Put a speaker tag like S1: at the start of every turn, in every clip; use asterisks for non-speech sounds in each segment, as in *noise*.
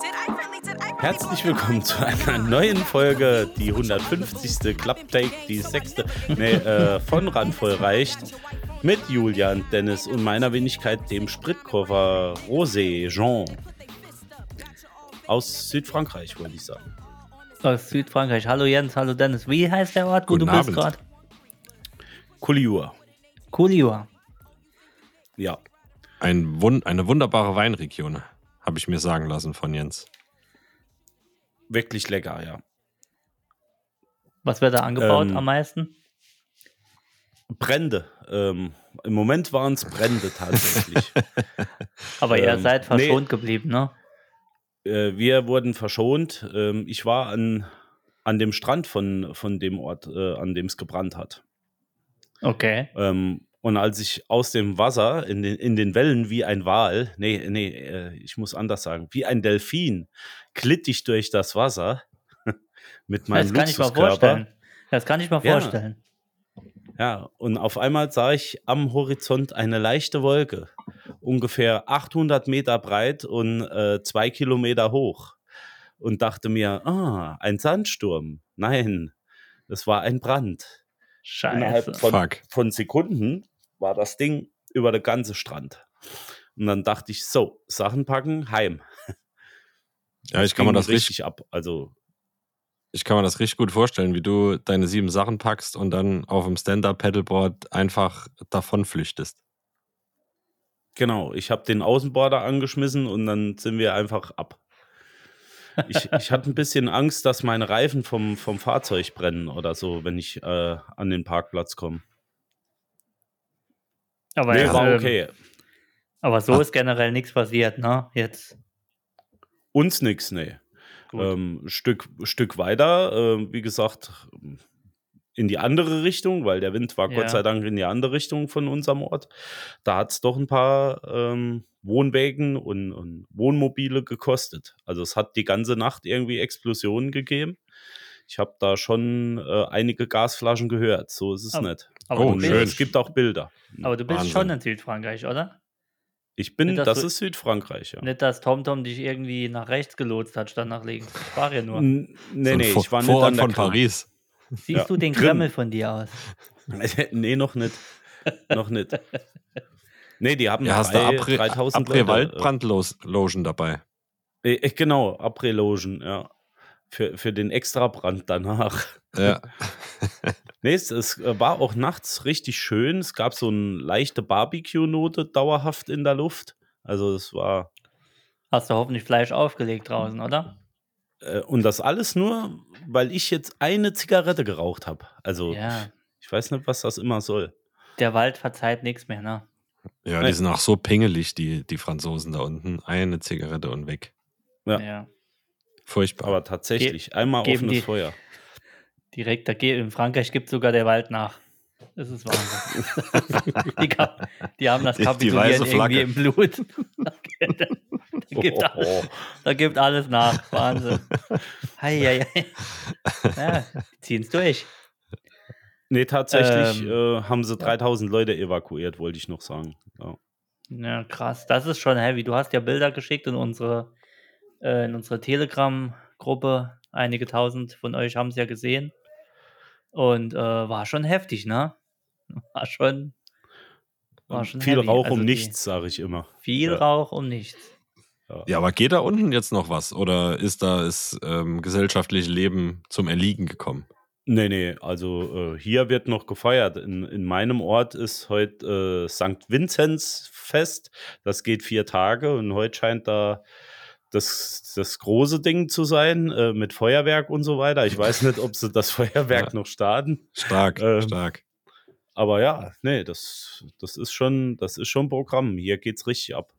S1: Did I really, did I really
S2: Herzlich willkommen zu einer neuen Folge, die 150. Clubtake, die sechste nee, äh, von Randvoll reicht. Mit Julian, Dennis und meiner Wenigkeit, dem Spritkoffer Rosé Jean aus Südfrankreich, wollte ich sagen.
S3: Aus Südfrankreich. Hallo Jens, hallo Dennis. Wie heißt der Ort, wo
S4: Guten
S3: du bist
S4: Abend.
S3: gerade?
S2: Kuliua,
S3: Kuliwa.
S2: ja.
S4: Ein Wun eine wunderbare Weinregion, habe ich mir sagen lassen von Jens.
S2: Wirklich lecker, ja.
S3: Was wird da angebaut
S2: Ähm,
S3: am meisten?
S2: Brände. Ähm, Im Moment waren es Brände tatsächlich.
S3: Aber ihr
S2: ähm,
S3: seid
S2: nee.
S3: verschont geblieben, ne?
S2: äh, wir wurden verschont. Ähm, ich war an, an dem Strand von, von dem Ort, äh, an dem es gebrannt hat.
S3: Okay.
S2: Ähm, und als ich aus dem Wasser in den, in den Wellen wie ein Wal, nee, nee, äh, ich muss anders sagen, wie ein Delfin, glitt ich durch das Wasser *laughs* mit meinem
S3: das kann ich mir
S2: Luxuskörper.
S3: vorstellen. Das kann ich mir
S2: Ja.
S3: vorstellen.
S2: Ja, und auf einmal sah ich am Horizont eine leichte Wolke, ungefähr 800 Meter breit und äh, zwei Kilometer hoch. Und dachte mir, ah, ein Sandsturm. Nein, es war ein Brand.
S3: Scheiße.
S2: Innerhalb von,
S4: Fuck.
S2: von Sekunden war das Ding über den ganzen Strand. Und dann dachte ich, so, Sachen packen, heim.
S4: Ja, ich kann, mir
S2: Ging
S4: das richtig,
S2: ab. Also,
S4: ich kann mir das richtig gut vorstellen, wie du deine sieben Sachen packst und dann auf dem Stand-Up-Paddleboard einfach davon flüchtest.
S2: genau, ich habe den Außenborder angeschmissen und dann sind wir einfach ab. Ich, ich hatte ein bisschen Angst, dass meine Reifen vom, vom Fahrzeug brennen oder so, wenn ich äh, an den Parkplatz komme.
S3: Aber,
S2: Nee,
S3: jetzt,
S2: war
S3: ähm,
S2: okay.
S3: aber so ist generell nichts passiert, ne? Jetzt.
S2: Uns nix, nee.
S3: Gut.
S2: Ähm, Stück, Stück weiter, ähm, wie gesagt, in die andere Richtung, weil der Wind war
S3: Ja.
S2: Gott sei Dank in die andere Richtung von unserem Ort. Da hat es doch ein paar ähm, Wohnwägen und, und Wohnmobile gekostet. Also es hat die ganze Nacht irgendwie Explosionen gegeben. Ich habe da schon äh, einige Gasflaschen gehört. So ist es
S3: Aber-
S2: nicht. Also,
S3: aber
S4: Oh,
S3: du bist,
S4: schön.
S2: Es gibt auch Bilder.
S3: Aber du bist
S4: Wahnsinn.
S3: schon in Südfrankreich, oder?
S2: Ich bin,
S3: Nicht, dass
S2: das
S3: du-
S2: ist Südfrankreich, ja.
S3: Nicht, dass TomTom dich irgendwie nach rechts gelotst hat, statt nach links. Ich frage ja nur.
S2: N- Nee,
S4: ein
S2: nee,
S4: Vor-
S2: ich war nicht
S4: Vorort
S2: an der
S4: von
S2: Kante.
S4: Paris.
S3: Siehst
S2: Ja.
S3: du den
S2: Grimm.
S3: Kreml von dir aus?
S2: *laughs* nee, noch nicht. noch nicht. Nee, die haben
S4: Ja, hast du
S2: drei-
S4: Apre,
S2: 3000
S4: Apre
S2: Leute.
S4: Waldbrandlogen dabei.
S2: Äh, äh, genau, Apre-Logen, ja. Für, für den Extrabrand danach. *laughs*
S4: Ja.
S2: Nee, es, es äh, war auch nachts richtig schön. Es gab so eine leichte Barbecue-Note dauerhaft in der Luft. Also es war.
S3: Hast du hoffentlich Fleisch aufgelegt draußen, oder?
S2: Äh, und das alles nur, weil ich jetzt eine Zigarette geraucht habe. Also
S3: Ja.
S2: ich weiß nicht, was das immer soll.
S3: Der Wald verzeiht nichts mehr, ne?
S4: ja,
S2: Nein.
S4: die sind auch so pingelig, die, die Franzosen da unten. Eine Zigarette und weg.
S2: Ja.
S3: ja.
S4: Furchtbar.
S2: Aber tatsächlich, einmal
S3: geben
S2: offenes
S3: die- *laughs*
S2: Feuer.
S3: Direkt, da geht, in Frankreich gibt sogar der Wald nach. Das ist Wahnsinn.
S4: *laughs*
S3: die, ka- die haben das
S4: Die- die
S3: Kapitulieren
S4: weiße
S3: irgendwie
S4: Flagge. Oh.
S3: im Blut. *laughs* da, geht- da, gibt
S2: Oh,
S3: alles, da gibt alles nach.
S4: *laughs*
S3: Wahnsinn. Hei, hei, hei. Ja, ziehen's durch.
S2: Nee, tatsächlich
S3: Ähm,
S2: äh, haben sie 3000 Leute evakuiert, wollte ich noch sagen. Ja.
S3: Ja, krass. Das ist schon heavy. Du hast ja Bilder geschickt in unsere, äh, in unsere Telegram-Gruppe. Einige tausend von euch haben es ja gesehen. Und äh, war schon heftig, ne? War schon. War schon
S2: Viel
S3: heavy.
S2: Rauch
S3: Also
S2: um
S3: die-
S2: nichts, sage ich immer.
S3: Viel
S2: Ja.
S3: Rauch um nichts.
S4: Ja, aber geht da unten jetzt noch was? Oder ist da das ähm, gesellschaftliche Leben zum Erliegen gekommen?
S2: Nee, nee, also äh, hier wird noch gefeiert. In, in meinem Ort ist heute äh, St. Vinzenz Fest. Das geht vier Tage und heute scheint da das, das große Ding zu sein äh, mit Feuerwerk und so weiter. Ich weiß nicht, ob sie das *laughs* Feuerwerk noch starten.
S4: Stark,
S2: Ähm,
S4: stark.
S2: Aber ja, nee, das, das ist schon, das ist schon Programm. Hier geht's richtig ab.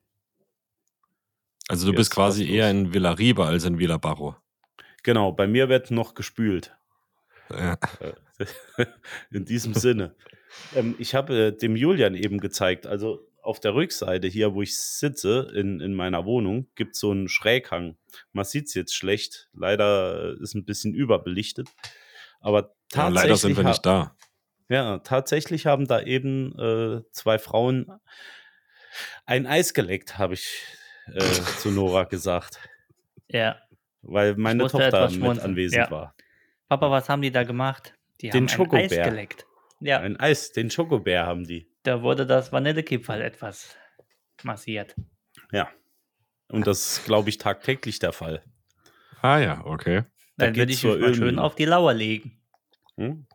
S4: Also du
S2: Jetzt
S4: bist quasi
S2: was los.
S4: eher in Villariba als in Villa Barro.
S2: Genau, bei mir wird noch gespült.
S4: Ja.
S2: In diesem Sinne. ähm, ich habe äh, dem Julian eben gezeigt, also auf der Rückseite hier, wo ich sitze, in, in meiner Wohnung, gibt es so einen Schräghang. Man sieht es jetzt schlecht. Leider äh, ist ein bisschen überbelichtet. Aber
S4: Ja,
S2: tatsächlich.
S4: leider sind wir
S2: ha-
S4: nicht da.
S2: Ja, tatsächlich haben da eben äh, zwei Frauen ein Eis geleckt, habe ich äh, zu Nora *laughs* gesagt.
S3: Ja.
S2: Weil meine
S3: musste
S2: Tochter
S3: etwas
S2: mit
S3: schmunzeln,
S2: anwesend
S3: ja.
S2: war.
S3: Papa, was haben die da gemacht? Die
S2: Den
S3: haben ein Eis
S2: Schokobär.
S3: geleckt. Ja,
S2: Ein Eis, den Schokobär haben die.
S3: da wurde das Vanillekipferl etwas massiert.
S2: Ja. Und das ist, glaube ich, tagtäglich der Fall.
S4: Ah ja, okay.
S2: Da
S3: Dann würde
S2: geht's
S3: ich mich
S2: zur
S3: mal schön
S2: Ölmühle.
S3: auf die Lauer legen.
S2: Hm?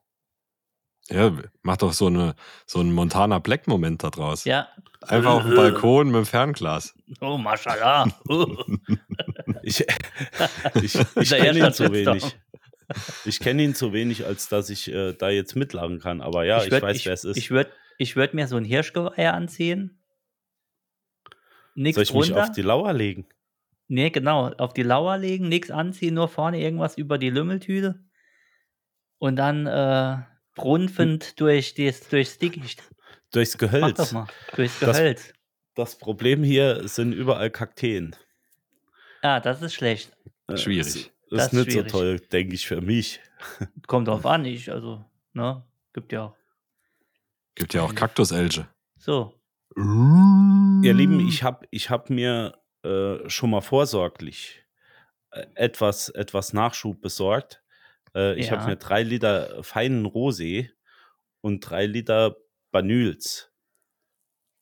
S4: Ja, mach doch so, eine, so einen Montana Black-Moment da draus.
S3: Ja.
S4: Einfach auf
S2: Äh,
S4: dem Balkon mit dem Fernglas.
S2: *laughs*
S3: Oh, Maschallah. Uh.
S2: Ich,
S3: *laughs*
S2: ich, ich
S3: Der
S2: kenne ihn
S3: Erstand
S2: zu
S3: sitzt
S2: wenig.
S3: auf.
S2: Ich kenne ihn zu wenig, als dass ich äh, da jetzt mitlachen kann. Aber ja, ich,
S3: würd-
S2: weiß, wer es ist.
S3: Ich würde ich würd mir so ein Hirschgeweih anziehen. Nichts
S2: Soll ich mich
S3: drunter.
S2: auf die Lauer legen?
S3: nee, genau. Auf die Lauer legen, nichts anziehen, nur vorne irgendwas über die Lümmeltüte. Und dann äh, brunfend
S2: Hm.
S3: durch, das, durchs Dickicht.
S2: Durchs
S3: Mach doch
S2: Gehölz.
S3: mal. Durchs
S2: Das-
S3: Gehölz.
S2: Das Problem hier sind überall Kakteen.
S3: ah, das ist schlecht.
S2: Äh,
S4: Schwierig.
S2: Das, das ist
S3: Das ist
S2: nicht
S3: schwierig.
S2: so toll, denke ich, für mich.
S3: Kommt drauf an, ich, also, ne? Gibt ja auch.
S4: Gibt ja auch Kaktuselche.
S3: So.
S2: Ihr
S4: Mm.
S2: Lieben, ich habe ich hab mir äh, schon mal vorsorglich äh, etwas, etwas Nachschub besorgt. Äh, ich
S3: Ja.
S2: habe mir drei Liter feinen Rosé und drei Liter Banyls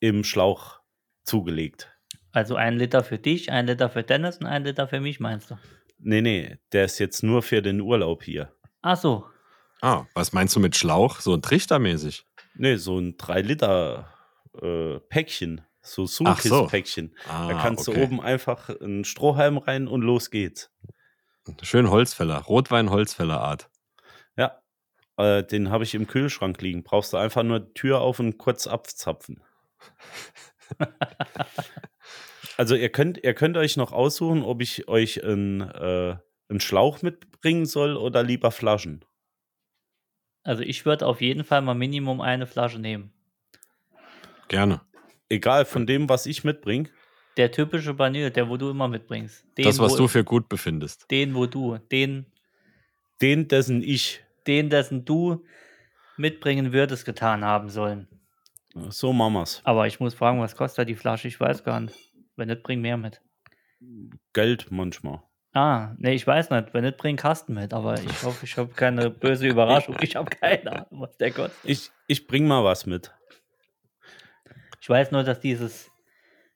S2: im Schlauch zugelegt.
S3: Also ein Liter für dich, ein Liter für Dennis und ein Liter für mich, meinst du?
S2: Nee, nee, der ist jetzt nur für den Urlaub hier.
S3: Ach so.
S4: Ah, was meinst du mit Schlauch? So ein Trichtermäßig.
S2: Nee, so ein drei Liter äh, Päckchen, so
S4: Ach so.
S2: Sunkis-Päckchen.
S4: Ah,
S2: da kannst
S4: okay.
S2: du oben einfach einen Strohhalm rein und los geht's.
S4: Schön Holzfäller. Rotwein-Holzfäller-Art.
S2: Ja, äh, den habe ich im Kühlschrank liegen. Brauchst du einfach nur die Tür auf und kurz abzapfen. also ihr könnt, ihr könnt euch noch aussuchen, ob ich euch einen, äh, einen Schlauch mitbringen soll oder lieber Flaschen.
S3: Also ich würde auf jeden Fall mal Minimum eine Flasche nehmen.
S4: Gerne.
S2: Egal von dem, was ich mitbringe.
S3: Der typische Vanille, der wo du immer mitbringst. Den,
S4: das, was
S3: wo,
S4: du für gut befindest.
S3: den, wo du, den,
S2: Den, dessen ich.
S3: den, dessen du mitbringen würdest, getan haben sollen.
S2: So Mamas.
S3: Aber ich muss fragen, was kostet die Flasche? Ich weiß gar nicht. Wenn nicht, bring mehr mit.
S2: Geld manchmal.
S3: Ah, nee, ich weiß nicht. Wenn nicht, bring Kasten mit. Aber ich hoffe, ich habe keine böse Überraschung. Ich habe keine Ahnung, was der kostet.
S2: Ich, ich bring mal was mit.
S3: Ich weiß nur, dass dieses,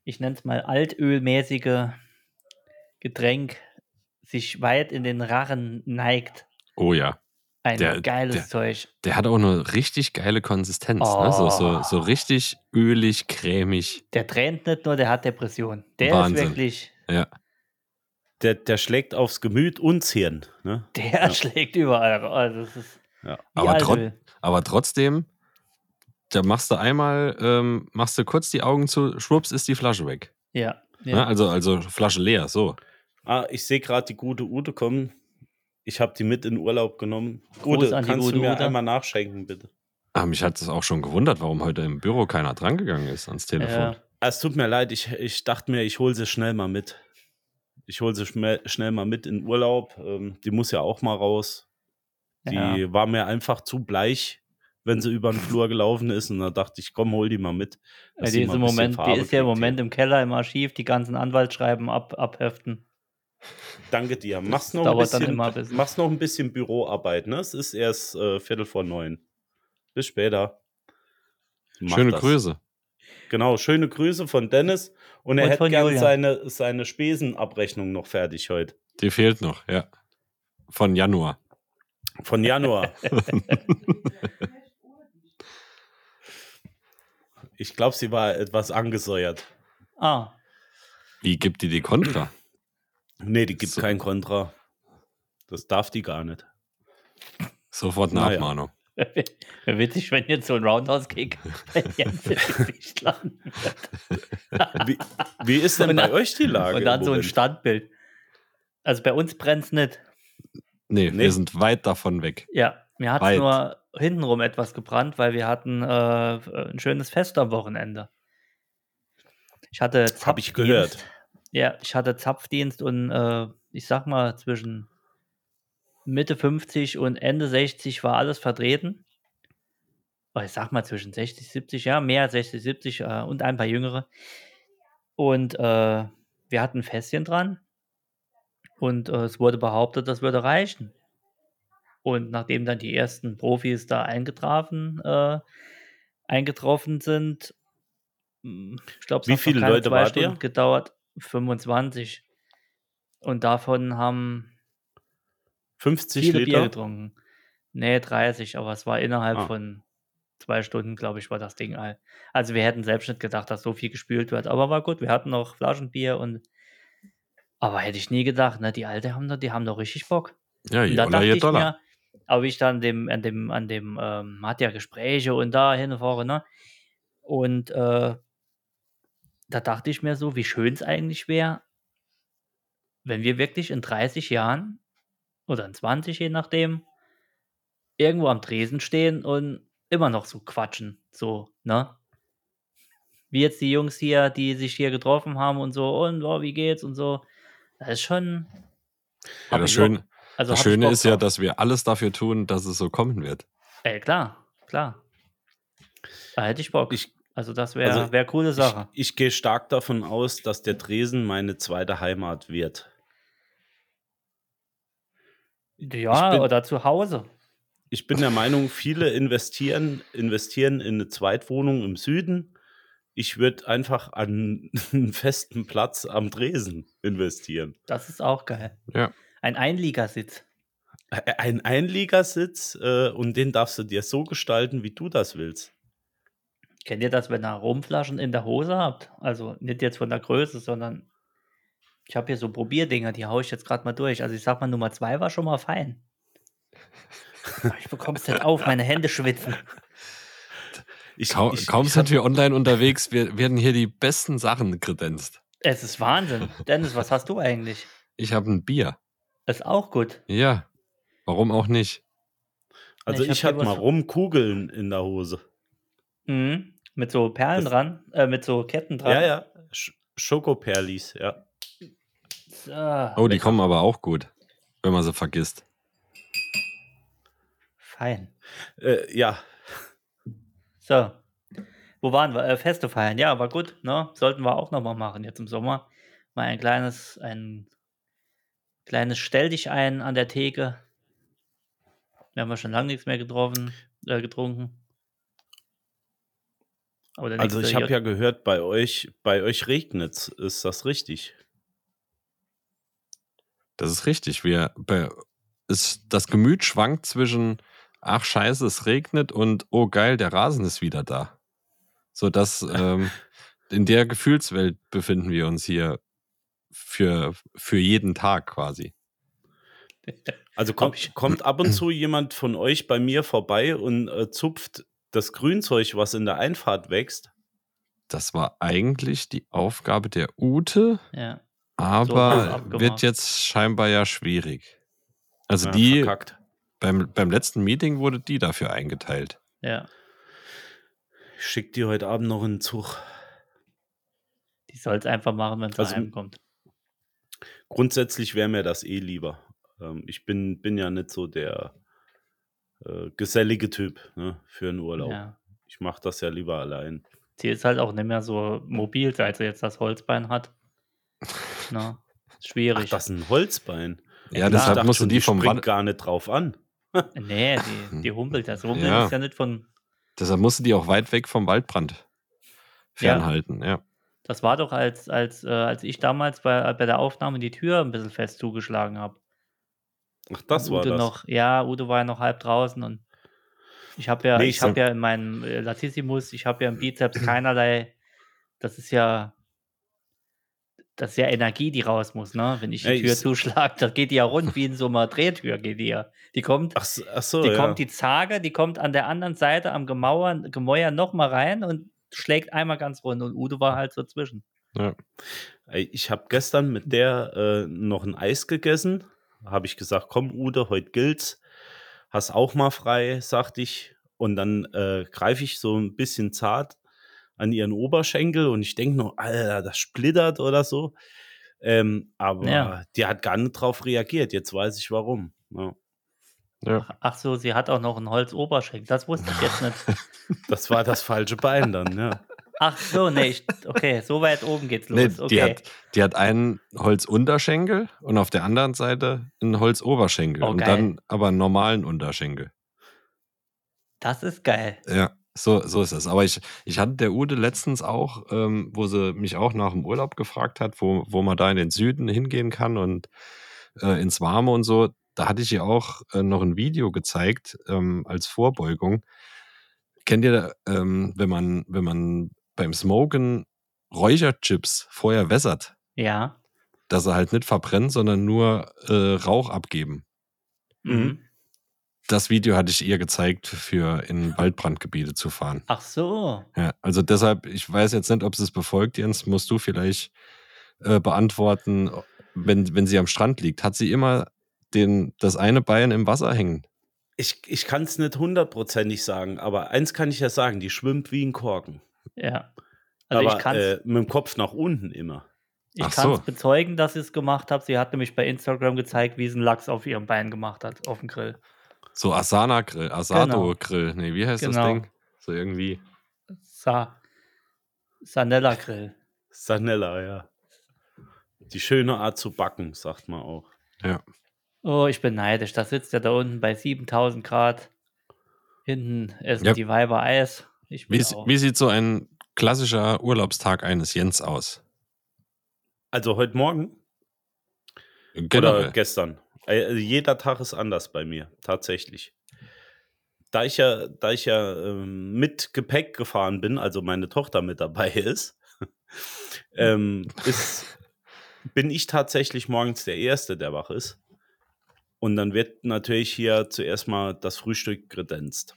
S3: ich nenne es mal altölmäßige Getränk sich weit in den Rachen neigt.
S4: Oh ja.
S3: Ein
S4: Der-
S3: geiles
S4: der-
S3: Zeug.
S4: Der hat auch eine richtig geile Konsistenz. Ne? So, so,
S2: Oh.
S4: so richtig ölig, cremig.
S3: Der tränt nicht nur, der hat Depression. Der
S4: Wahnsinn.
S3: ist wirklich,
S4: Ja.
S2: Der, der schlägt aufs Gemüt und's Hirn. Ne?
S3: der schlägt überall. ra- Also es ist
S2: Ja.
S3: wie
S4: Aber trot-
S3: Altöl.
S4: Aber trotzdem, da machst du einmal, ähm, machst du kurz die Augen zu, schwupps, ist die Flasche weg.
S3: Ja.
S4: Ne?
S3: ja.
S4: Also, also Flasche leer, so.
S2: Ah, ich sehe gerade die gute Ute kommen. Ich habe die mit in Urlaub genommen. Ute,
S3: an die
S2: kannst du
S3: gute
S2: mir
S3: Ute.
S2: einmal nachschenken, bitte?
S4: Ah, mich hat es auch schon gewundert, warum heute im Büro keiner drangegangen ist ans Telefon.
S3: Ja.
S2: Ah, Es tut mir leid, ich, ich dachte mir, ich hole sie schnell mal mit. Ich hole sie schme- schnell mal mit in Urlaub. Ähm, die muss ja auch mal raus. Die
S3: Ja.
S2: war mir einfach zu bleich, wenn sie über den Flur gelaufen ist. Und da dachte ich, komm, hol die mal mit. dass mal
S3: die, ist im
S2: ein bisschen
S3: Moment, die
S2: Farbe
S3: ist ja im
S2: kriegt
S3: Moment im Keller im Archiv, die ganzen Anwaltsschreiben ab, abheften.
S2: hier. Danke dir. Mach's noch, ein
S3: dauert dann
S2: bisschen,
S3: immer ein bisschen.
S2: mach's noch ein bisschen Büroarbeit. Ne? Es ist erst äh, Viertel vor neun. Bis später. Mach
S4: Schöne
S2: das.
S4: Grüße.
S2: Genau, schöne Grüße von Dennis. Und er
S3: Und
S2: hätte
S3: von
S2: gerne
S3: Julian.
S2: seine, seine Spesenabrechnung noch fertig heute.
S4: Die fehlt noch, ja. Von Januar.
S2: Von Januar.
S3: *laughs*
S2: ich glaube, sie war etwas angesäuert.
S3: Ah, *laughs*
S4: Wie gibt die die Kontra?
S2: Nee, die gibt
S4: So.
S2: kein Kontra. Das darf die gar nicht.
S4: Sofort eine
S2: Naja.
S4: Abmahnung.
S3: Wäre witzig, wenn jetzt so ein *laughs* Roundhouse-Kick bei Jens im Gesicht landet.
S2: Wie, wie ist denn
S3: Und
S2: bei
S3: dann-
S2: euch die *laughs* Lage?
S3: Und
S2: im
S3: dann so ein
S2: Moment?
S3: Standbild. Also bei uns brennt es nicht.
S4: Nee,
S2: Nee.
S4: wir sind weit davon weg.
S3: Ja. Mir hat
S4: Weit.
S3: es nur hintenrum etwas gebrannt, weil wir hatten äh, ein schönes Fest am Wochenende. Ich hatte
S2: Habe ich
S3: Zapfdienst.
S2: gehört.
S3: Ja, ich hatte Zapfdienst und äh, ich sag mal, zwischen Mitte 50 und Ende 60 war alles vertreten. Oder ich sag mal zwischen 60, 70, ja, mehr als 60, 70 äh, und ein paar Jüngere. Und äh, wir hatten ein Fässchen dran und äh, es wurde behauptet, das würde reichen. Und nachdem dann die ersten Profis da eingetroffen, äh, eingetroffen sind, mh, ich glaube, es
S2: Wie
S3: hat noch
S2: viele
S3: keine
S2: Leute
S3: zwei
S2: wart ihr?
S3: Stunden gedauert, 25. Und davon haben
S2: 50
S3: viele Bier
S2: Liter.
S3: getrunken. Nee, 30, aber es war innerhalb
S2: Ah.
S3: von zwei Stunden, glaube ich, war das Ding all. Also wir hätten selbst nicht gedacht, dass so viel gespült wird. Aber war gut, wir hatten noch Flaschenbier und aber hätte ich nie gedacht, ne? Die Alte haben doch, die haben doch richtig Bock.
S4: Ja,
S3: Und
S4: je
S3: da
S4: Dollar,
S3: dachte
S4: je
S3: ich
S4: Dollar.
S3: mir, aber wie ich dann an dem, an dem, an dem, ähm, man hat ja Gespräche und da hin und vor, ne? Und äh, da dachte ich mir so, wie schön es eigentlich wäre, wenn wir wirklich in 30 Jahren oder in 20, je nachdem, irgendwo am Tresen stehen und immer noch so quatschen, so, ne? Wie jetzt die Jungs hier, die sich hier getroffen haben und so, und oh, wie geht's und so. Das ist schon.
S4: Ja,
S3: hab
S4: das
S3: ich
S4: Schöne,
S3: Bock- also
S4: das
S3: hab ich
S4: Schöne
S3: Bock
S4: ist ja,
S3: drauf.
S4: dass wir alles dafür tun, dass es so kommen wird.
S3: Ey, klar, klar. Da hätte ich Bock.
S2: Ich-
S3: also das wäre
S2: also
S3: wär coole Sache.
S2: Ich, ich gehe stark davon aus, dass der Tresen meine zweite Heimat wird.
S3: ja,
S2: bin-
S3: oder zu Hause.
S2: Ich bin der Meinung, viele investieren, investieren in eine Zweitwohnung im Süden. Ich würde einfach an *laughs* einen festen Platz am Tresen investieren.
S3: Das ist auch geil.
S4: Ja.
S3: Ein Einliegersitz.
S2: E- Ein Einliegersitz äh, und den darfst du dir so gestalten, wie du das willst.
S3: Kennt ihr das, wenn ihr Rumflaschen in der Hose habt? Also nicht jetzt von der Größe, sondern ich habe hier so Probierdinger, die haue ich jetzt gerade mal durch. Also ich sag mal, Nummer zwei war schon mal
S2: *laughs*
S3: fein. Aber Ich bekomm's nicht auf, meine Hände schwitzen.
S2: Ich,
S4: Kaum,
S2: ich,
S4: kaum
S2: ich
S4: sind
S2: hab-
S4: wir online unterwegs, wir werden hier die besten Sachen kredenzt.
S3: Es ist Wahnsinn. Dennis, was hast du eigentlich?
S4: Ich habe ein Bier.
S3: Ist auch gut.
S4: Ja. Warum auch nicht?
S2: Also
S3: ich
S2: ich,
S3: hab hier
S2: hatte
S3: was-
S2: mal Rumkugeln in der Hose.
S3: Mhm. Mit so Perlen
S2: Das-
S3: dran, äh, mit so Ketten dran.
S2: Ja, ja. Sch Schokoperlis, ja.
S3: So,
S4: Oh, die kommen aber auch gut, wenn man sie vergisst.
S3: fein.
S2: Äh, ja,
S3: So. Wo waren wir? Äh, Feste feiern. Ja, war gut. Ne? Sollten wir auch nochmal machen jetzt im Sommer. Mal ein kleines, ein kleines Stell dich ein an der Theke. Wir haben ja schon lange nichts mehr getroffen, äh, getrunken. Aber der
S2: also
S3: nächste
S2: ich habe
S3: J-
S2: ja gehört, bei euch, bei euch regnet's. Ist das richtig?
S4: Das ist richtig. Wir, bei, ist, das Gemüt schwankt zwischen, ach scheiße, es regnet und oh geil, der Rasen ist wieder da. So dass ähm, in der Gefühlswelt befinden wir uns hier für, für jeden Tag quasi.
S2: Also kommt,
S3: ich-
S2: kommt ab und zu jemand von euch bei mir vorbei und äh, zupft das Grünzeug, was in der Einfahrt wächst.
S4: Das war eigentlich die Aufgabe der Ute,
S3: ja. So,
S4: aber
S3: abgemacht.
S4: wird jetzt scheinbar ja schwierig. Also
S2: Ja,
S4: die,
S2: verkackt.
S4: beim, beim letzten Meeting wurde die dafür eingeteilt.
S3: ja.
S2: Ich schick die heute Abend noch in den Zug.
S3: Die soll es einfach machen, wenn sie
S2: Also-
S3: heimkommt.
S2: Grundsätzlich wäre mir das eh lieber. Ähm, ich bin, bin ja nicht so der äh, gesellige Typ ne, für einen Urlaub.
S3: Ja.
S2: Ich mache das ja lieber allein.
S3: Sie ist halt auch nicht mehr so mobil, seit sie jetzt das Holzbein hat. Na,
S2: *laughs*
S3: ist
S2: Ach,
S3: schwierig.
S2: das ist ein Holzbein.
S4: Ja,
S2: Ich
S4: deshalb
S2: dachte
S4: musst du
S2: schon,
S4: die vom
S2: springt
S4: Wand-
S2: gar nicht drauf an.
S3: nee, die, die humpelt. Das Humpeln
S4: Ja.
S3: ist ja nicht von.
S4: Deshalb musst du die auch weit weg vom Waldbrand
S3: Ja.
S4: fernhalten, ja.
S3: Das war doch, als, als, äh, als ich damals bei, bei der Aufnahme die Tür ein bisschen fest zugeschlagen habe.
S2: Ach, das war
S3: Udo
S2: das.
S3: Noch, ja, Udo war ja noch halb draußen und ich habe ja,
S2: Nee,
S3: ich
S2: ich
S3: habe
S2: sag-
S3: ja in meinem äh, Latissimus, ich habe ja im Bizeps keinerlei. Das ist ja. Das ist ja Energie, die raus muss, ne? Wenn ich die
S2: Ey,
S3: Tür
S2: ich-
S3: zuschlage, da geht die ja rund wie in so einer Drehtür, geht die ja. Die kommt,
S2: Ach, s- ach so,
S3: die
S2: ja.
S3: kommt die Zage, die kommt an der anderen Seite am Gemauer, Gemäuer nochmal rein und schlägt einmal ganz rund. Und Udo war halt so zwischen.
S2: Ey, Äh, Ich habe gestern mit der äh, noch ein Eis gegessen. Habe ich gesagt, komm, Ude, heute gilt's. hast auch mal frei, sagte ich. Und dann äh, greife ich so ein bisschen zart an ihren Oberschenkel und ich denke nur, Alter, das splittert oder so. Ähm, aber
S3: Ja.
S2: die hat gar nicht drauf reagiert. Jetzt weiß ich warum. Ja.
S4: Ja.
S3: Ach so, sie hat auch noch einen Holzoberschenkel. Das wusste ich jetzt nicht.
S2: Das war das falsche Bein dann, ja.
S3: Ach so, nee, ich, okay, so weit oben geht's los.
S4: Nee, die,
S3: okay.
S4: hat, die hat einen Holzunterschenkel und auf der anderen Seite einen Holzoberschenkel
S3: Oh,
S4: und
S3: geil.
S4: dann aber einen normalen Unterschenkel.
S3: Das ist geil.
S4: Ja, so, so ist es. Aber ich, ich hatte der Ude letztens auch, ähm, wo sie mich auch nach dem Urlaub gefragt hat, wo, wo man da in den Süden hingehen kann und äh, ins Warme und so. Da hatte ich ihr auch äh, noch ein Video gezeigt ähm, als Vorbeugung. Kennt ihr, ähm, wenn man, wenn man beim Smoken Räucherchips vorher wässert,
S3: Ja.
S4: dass er halt nicht verbrennt, sondern nur äh, Rauch abgeben.
S3: Mhm.
S4: Das Video hatte ich ihr gezeigt, für in Waldbrandgebiete zu fahren.
S3: Ach so.
S4: Ja, also deshalb, ich weiß jetzt nicht, ob sie es befolgt, Jens, musst du vielleicht äh, beantworten, wenn, wenn sie am Strand liegt. Hat sie immer den, das eine Bein im Wasser hängen?
S2: Ich, ich kann es nicht hundertprozentig sagen, aber eins kann ich ja sagen, die schwimmt wie ein Korken.
S3: Ja. Also
S2: aber
S3: ich kann
S2: äh, mit dem Kopf nach unten immer.
S3: Ich
S4: Ach
S3: kann es
S4: so.
S3: bezeugen, dass sie es gemacht hat. Sie hat nämlich bei Instagram gezeigt, wie sie einen Lachs auf ihrem Bein gemacht hat, auf dem Grill.
S4: So Asana-Grill, Asado-Grill. Nee, wie heißt das
S3: Genau.
S4: Ding? So irgendwie.
S3: Sa Sanella Grill.
S2: Sanella, ja. Die schöne Art zu backen, sagt man auch.
S3: Oh, ich bin neidisch. Da sitzt er da unten bei 7000 Grad. Hinten essen
S4: Ja.
S3: die Weiber Eis. Ich
S4: Wie,
S3: bin
S4: s-
S3: auch.
S4: wie sieht so ein klassischer Urlaubstag eines Jens aus?
S2: Also heute Morgen oder
S4: Generell.
S2: gestern. Äh, Also jeder Tag ist anders bei mir, tatsächlich. Da ich ja, da ich ja ähm, mit Gepäck gefahren bin, also meine Tochter mit dabei *laughs* ist, ähm, ist bin ich tatsächlich morgens der Erste, der wach ist. Und dann wird natürlich hier zuerst mal das Frühstück kredenzt.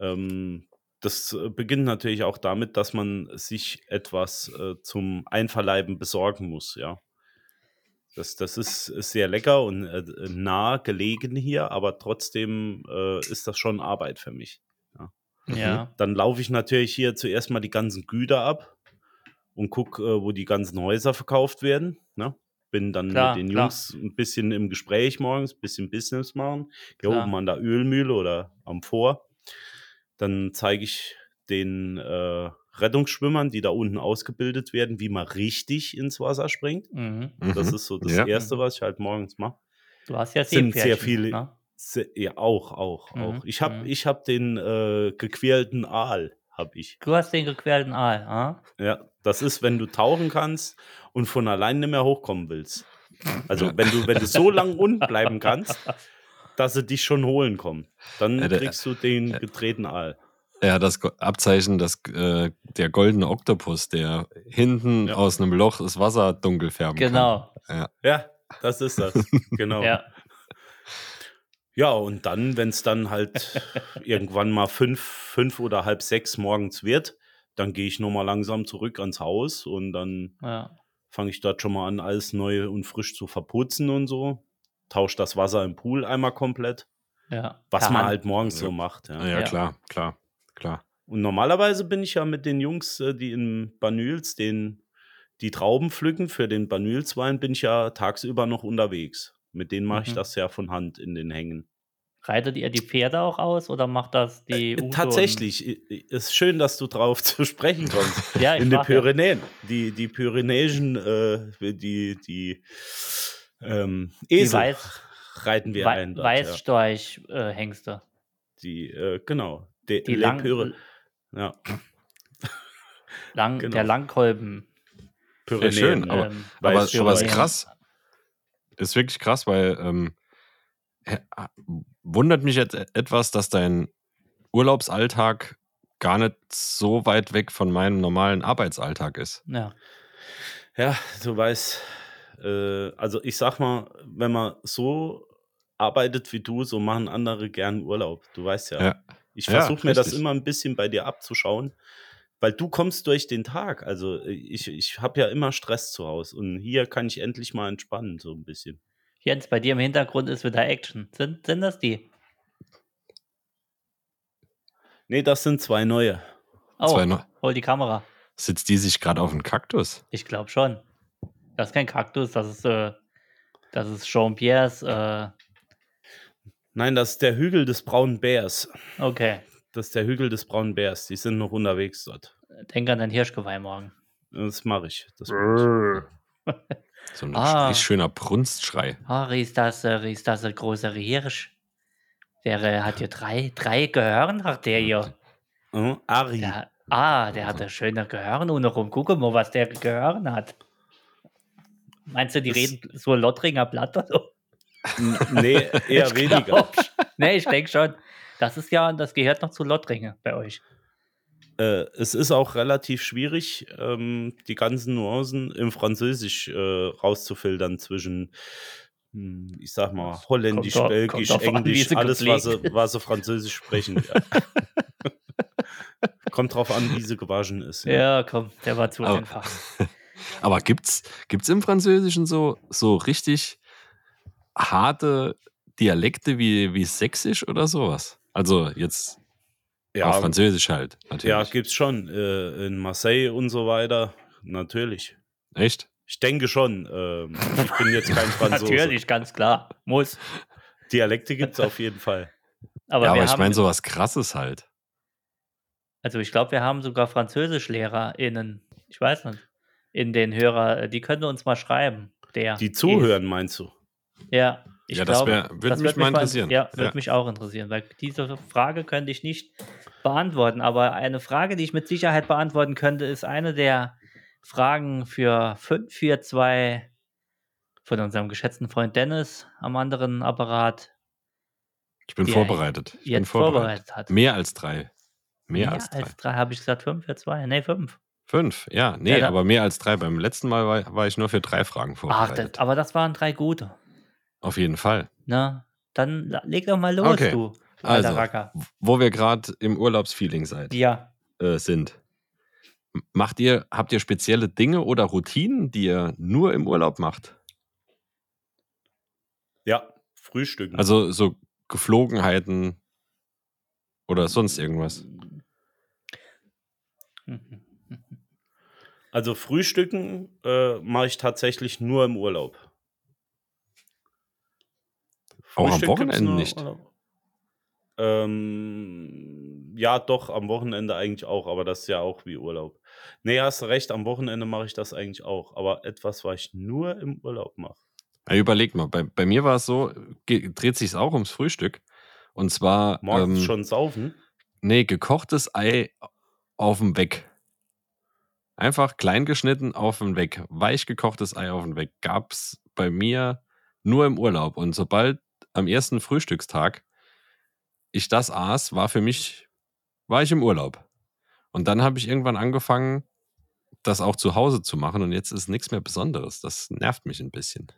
S2: Ähm, das äh, beginnt natürlich auch damit, dass man sich etwas äh, zum Einverleiben besorgen muss, ja. Das, das ist, ist sehr lecker und äh, nah gelegen hier, aber trotzdem äh, ist das schon Arbeit für mich.
S3: ja.
S2: Dann laufe ich natürlich hier zuerst mal die ganzen Güter ab und gucke, äh, wo die ganzen Häuser verkauft werden. Ne? Bin dann
S3: Klar,
S2: mit den
S3: klar.
S2: Jungs ein bisschen im Gespräch morgens, ein bisschen Business machen. Hier
S3: Klar.
S2: oben an der Ölmühle oder am Vor. Dann zeige ich den äh, Rettungsschwimmern, die da unten ausgebildet werden, wie man richtig ins Wasser springt.
S3: Mhm.
S4: Mhm.
S2: Das ist so das
S4: Ja.
S2: Erste, was ich halt morgens mache.
S3: Du hast ja
S2: Sind sehr
S3: Seepferdchen,
S2: viele-
S3: Ne?
S2: Se- Ja, auch, auch,
S3: Mhm,
S2: auch. Ich habe
S3: mhm.
S2: ich hab den äh, gequälten Aal, habe ich.
S3: Du hast den gequälten Aal. Ah?
S2: Ja, das ist, wenn du tauchen kannst und von allein nicht mehr hochkommen willst. Also
S4: Ja.
S2: wenn du, wenn du so lange unten bleiben kannst, dass sie dich schon holen kommen, dann
S4: Ja, der-
S2: kriegst du den getretenen Aal.
S4: Ja, das Go- Abzeichen, das, äh, der goldene Oktopus, der hinten
S2: Ja.
S4: aus einem Loch das Wasser dunkel färben kann.
S3: Genau.
S2: Ja, das ist das. Genau.
S3: Ja.
S2: Ja, und dann, wenn es dann halt irgendwann mal fünf, fünf oder halb sechs morgens wird, dann gehe ich nochmal langsam zurück ans Haus und dann
S3: ja.
S2: fange ich dort schon mal an, alles neu und frisch zu verputzen und so. Tausche das Wasser im Pool einmal komplett,
S3: ja.
S2: was
S3: Per
S2: man
S3: Hand.
S2: halt morgens so
S4: Ja.
S2: macht. Ja.
S4: Ja, ja,
S3: Ja.
S4: klar, klar, klar.
S2: Und normalerweise bin ich ja mit den Jungs, äh, die in Banüls den, die Trauben pflücken für den Banülswein, bin ich ja tagsüber noch unterwegs. Mit denen mache ich
S3: Mhm.
S2: das ja von Hand in den Hängen.
S3: Reitet ihr die Pferde auch aus oder macht das die Ute und-
S2: Äh, Tatsächlich, i- i- ist schön, dass du drauf *laughs* zu sprechen kommst.
S3: Ja, ich
S2: in den
S3: frag ja.
S2: Pyrenäen. Die, die Pyrenäischen, äh, die, die ähm, Esel
S3: Weiß-
S2: reiten wir
S3: Wei-
S2: ein. Dort, ja.
S3: Weißstorch-Hengste.
S2: Die, äh, genau. De,
S3: die
S2: Le
S3: lang,
S2: Pyre, ja,
S3: lang,
S2: Genau.
S3: der Langkolben.
S2: Pyrenäen.
S4: schön, aber-
S3: ähm,
S4: Aber,
S2: Weiß
S4: aber ist
S2: schon.
S4: krass. Ist wirklich krass, weil ähm, hä- ah, wundert mich jetzt e- etwas, dass dein Urlaubsalltag gar nicht so weit weg von meinem normalen Arbeitsalltag ist.
S3: Ja,
S2: Ja, du weißt, äh, also ich sag mal, wenn man so arbeitet wie du, so machen andere gern Urlaub. Du weißt ja.
S4: Ja.
S2: Ich
S4: Ja,
S2: versuche mir das
S4: richtig.
S2: immer ein bisschen bei dir abzuschauen, weil du kommst durch den Tag. Also äh, ich, ich habe ja immer Stress zu Hause und hier kann ich endlich mal entspannen, so ein bisschen.
S3: Jens, bei dir im Hintergrund ist wieder Action. Sind, sind das die?
S2: Nee, das sind zwei neue.
S4: Zwei
S3: Oh,
S4: neu-
S3: hol die Kamera.
S4: Sitzt die sich gerade auf dem Kaktus?
S3: Ich glaube schon. Das ist kein Kaktus, das ist, äh, das ist Jean Pierres. Äh,
S2: Nein, das ist der Hügel des braunen Bärs.
S3: okay,
S2: Das ist der Hügel des braunen Bärs. Die sind noch unterwegs dort.
S3: denk an dein Hirschgeweih morgen.
S2: Das mache ich. Das mach
S4: So ein
S3: Ah.
S4: richtig schöner Brunstschrei.
S3: Oh, ist das, äh, ist das ein großer Hirsch? Der äh, hat hier drei, drei Gehirn, hat der hier.
S2: ich. Äh, Ari.
S3: Der, ah, der hat ein schöner Gehirn untenrum. Guck mal, was der Gehirn hat. Meinst du, die
S2: Das-
S3: reden so Lottringer Blatt oder so? *laughs*
S2: N-
S4: *laughs*
S2: Nee, eher
S3: Ich
S2: weniger.
S3: glaub sch- nee, ich denke schon. Das ist ja, das gehört noch zu Lottringe bei euch.
S2: Äh, es ist auch relativ schwierig, ähm, die ganzen Nuancen im Französisch äh, rauszufiltern zwischen, hm, ich sag mal, Holländisch,
S3: kommt drauf-
S2: Belgisch,
S3: kommt drauf an, wie
S2: Englisch,
S3: sie
S2: alles, was sie,
S3: gepflegt ist.
S2: was sie Französisch sprechen.
S3: *laughs*
S2: Ja. kommt drauf an, wie sie gewaschen ist.
S3: Ja, komm, der war zu
S4: Aber-
S3: einfach.
S4: Aber gibt's, gibt's im Französischen so, so richtig harte Dialekte wie, wie Sächsisch oder sowas? Also jetzt auf
S2: ja,
S4: Französisch halt.
S2: ja
S4: Natürlich.
S2: gibt's schon. Äh, in Marseille und so weiter, natürlich.
S4: Echt?
S2: Ich denke schon. Ähm, ich bin jetzt
S3: *laughs*
S2: kein Franzose.
S3: Natürlich, ganz klar. Muss.
S2: Dialekte gibt's auf jeden Fall.
S3: Aber,
S4: ja,
S3: wir
S4: aber ich
S3: haben,
S4: meine sowas krasses halt.
S3: also ich glaube, wir haben sogar FranzösischlehrerInnen, ich weiß nicht, in den Hörer, äh, die können uns mal schreiben. Der
S2: Die zuhören, meinst du?
S3: Ja, ich
S4: Ja, das
S3: glaube,
S4: wär- würd
S3: das
S4: mich
S3: würd
S4: mal interessieren.
S3: Ja, würde
S4: Ja.
S3: mich auch interessieren, weil diese Frage könnte ich nicht beantworten. Aber eine Frage, die ich mit Sicherheit beantworten könnte, ist eine der Fragen für 542 von unserem geschätzten Freund Dennis am anderen Apparat
S4: Ich bin
S3: Ja,
S4: vorbereitet. Ich bin
S3: jetzt
S4: vorbereitet.
S3: vorbereitet hat.
S4: Mehr als drei. Mehr, als drei.
S3: habe ich gesagt, 5 für 2. Nee, 5.
S4: Fünf, ja. Nee,
S3: Ja, da-
S4: aber mehr als drei. Beim letzten Mal war, war ich nur für drei Fragen
S3: Ach, das,
S4: vorbereitet.
S3: aber das waren drei gute.
S4: Auf jeden Fall.
S3: Na, dann la- leg doch mal los,
S4: Okay,
S3: du. alter
S4: also.
S3: Racker.
S4: Wo wir gerade im Urlaubsfeeling seid,
S3: Ja.
S4: äh, sind. M- Macht ihr, habt ihr spezielle Dinge oder Routinen, die ihr nur im Urlaub macht?
S2: Ja, frühstücken.
S4: Also so Geflogenheiten oder sonst irgendwas?
S3: Mhm.
S2: Also frühstücken äh, mache ich tatsächlich nur im Urlaub.
S4: Auch am
S2: gibt's
S4: Wochenende
S2: nur im
S4: nicht?
S2: Urlaub. Ähm, ja, doch, am Wochenende eigentlich auch, aber das ist ja auch wie Urlaub. Nee, hast du recht, am Wochenende mache ich das eigentlich auch, aber etwas, was ich nur im Urlaub mache.
S4: Ja, überleg mal, bei, bei mir war es so, ge- dreht sich es auch ums Frühstück. Und zwar
S2: Morgens
S4: ähm,
S2: schon saufen.
S4: Nee, gekochtes Ei auf dem Weg. Einfach klein geschnitten auf dem Weg. Weich gekochtes Ei auf dem Weg. Gab's bei mir nur im Urlaub. Und sobald am ersten Frühstückstag ich das aß, war für mich, war ich im Urlaub. Und dann habe ich irgendwann angefangen, das auch zu Hause zu machen. Und jetzt ist nichts mehr Besonderes. Das nervt mich ein bisschen.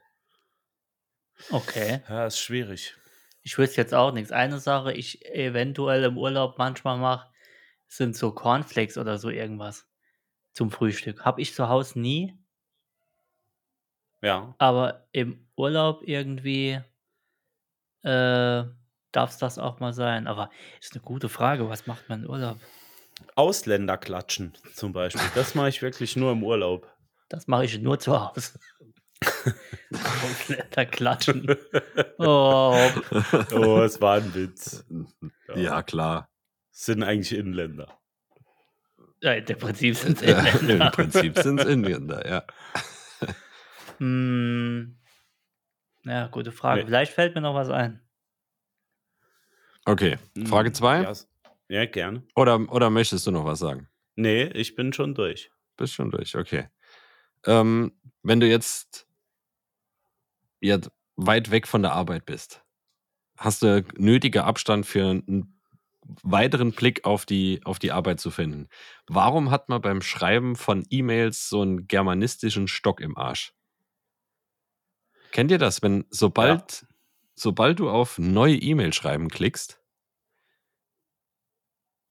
S3: Okay.
S2: Ja, ist schwierig.
S3: Ich wüsste jetzt auch nichts. Eine Sache, ich eventuell im Urlaub manchmal mache, sind so Cornflakes oder so irgendwas zum Frühstück. Habe ich zu Hause nie,
S2: Ja.
S3: aber im Urlaub irgendwie äh, darf es das auch mal sein. Aber ist eine gute Frage, was macht man im Urlaub?
S2: Ausländer klatschen zum Beispiel. Das mache ich wirklich nur im
S4: *laughs*
S2: Urlaub.
S3: Das mache ich nur zu Hause. *laughs* Kompletter Klatschen.
S4: *laughs*
S3: Oh, hopp.
S2: Oh, es war ein Witz.
S4: Ja, klar.
S2: Sind eigentlich Inländer.
S3: Ja, im Prinzip sind
S4: Ja,
S3: es
S4: Im Prinzip sind es Inländer, ja.
S3: Hm. Ja, gute Frage.
S2: Nee.
S3: Vielleicht fällt mir noch was ein.
S4: Okay, Frage 2.
S2: Ja, s- ja, gerne.
S4: Oder, oder möchtest du noch was sagen?
S2: Nee, ich bin schon durch.
S4: Bist schon durch, okay. Ähm, wenn du jetzt, jetzt weit weg von der Arbeit bist, hast du nötiger Abstand für einen weiteren Blick auf die, auf die Arbeit zu finden. Warum hat man beim Schreiben von E-Mails so einen germanistischen Stock im Arsch? Kennt ihr das, wenn sobald, sobald du auf neue E-Mail schreiben klickst,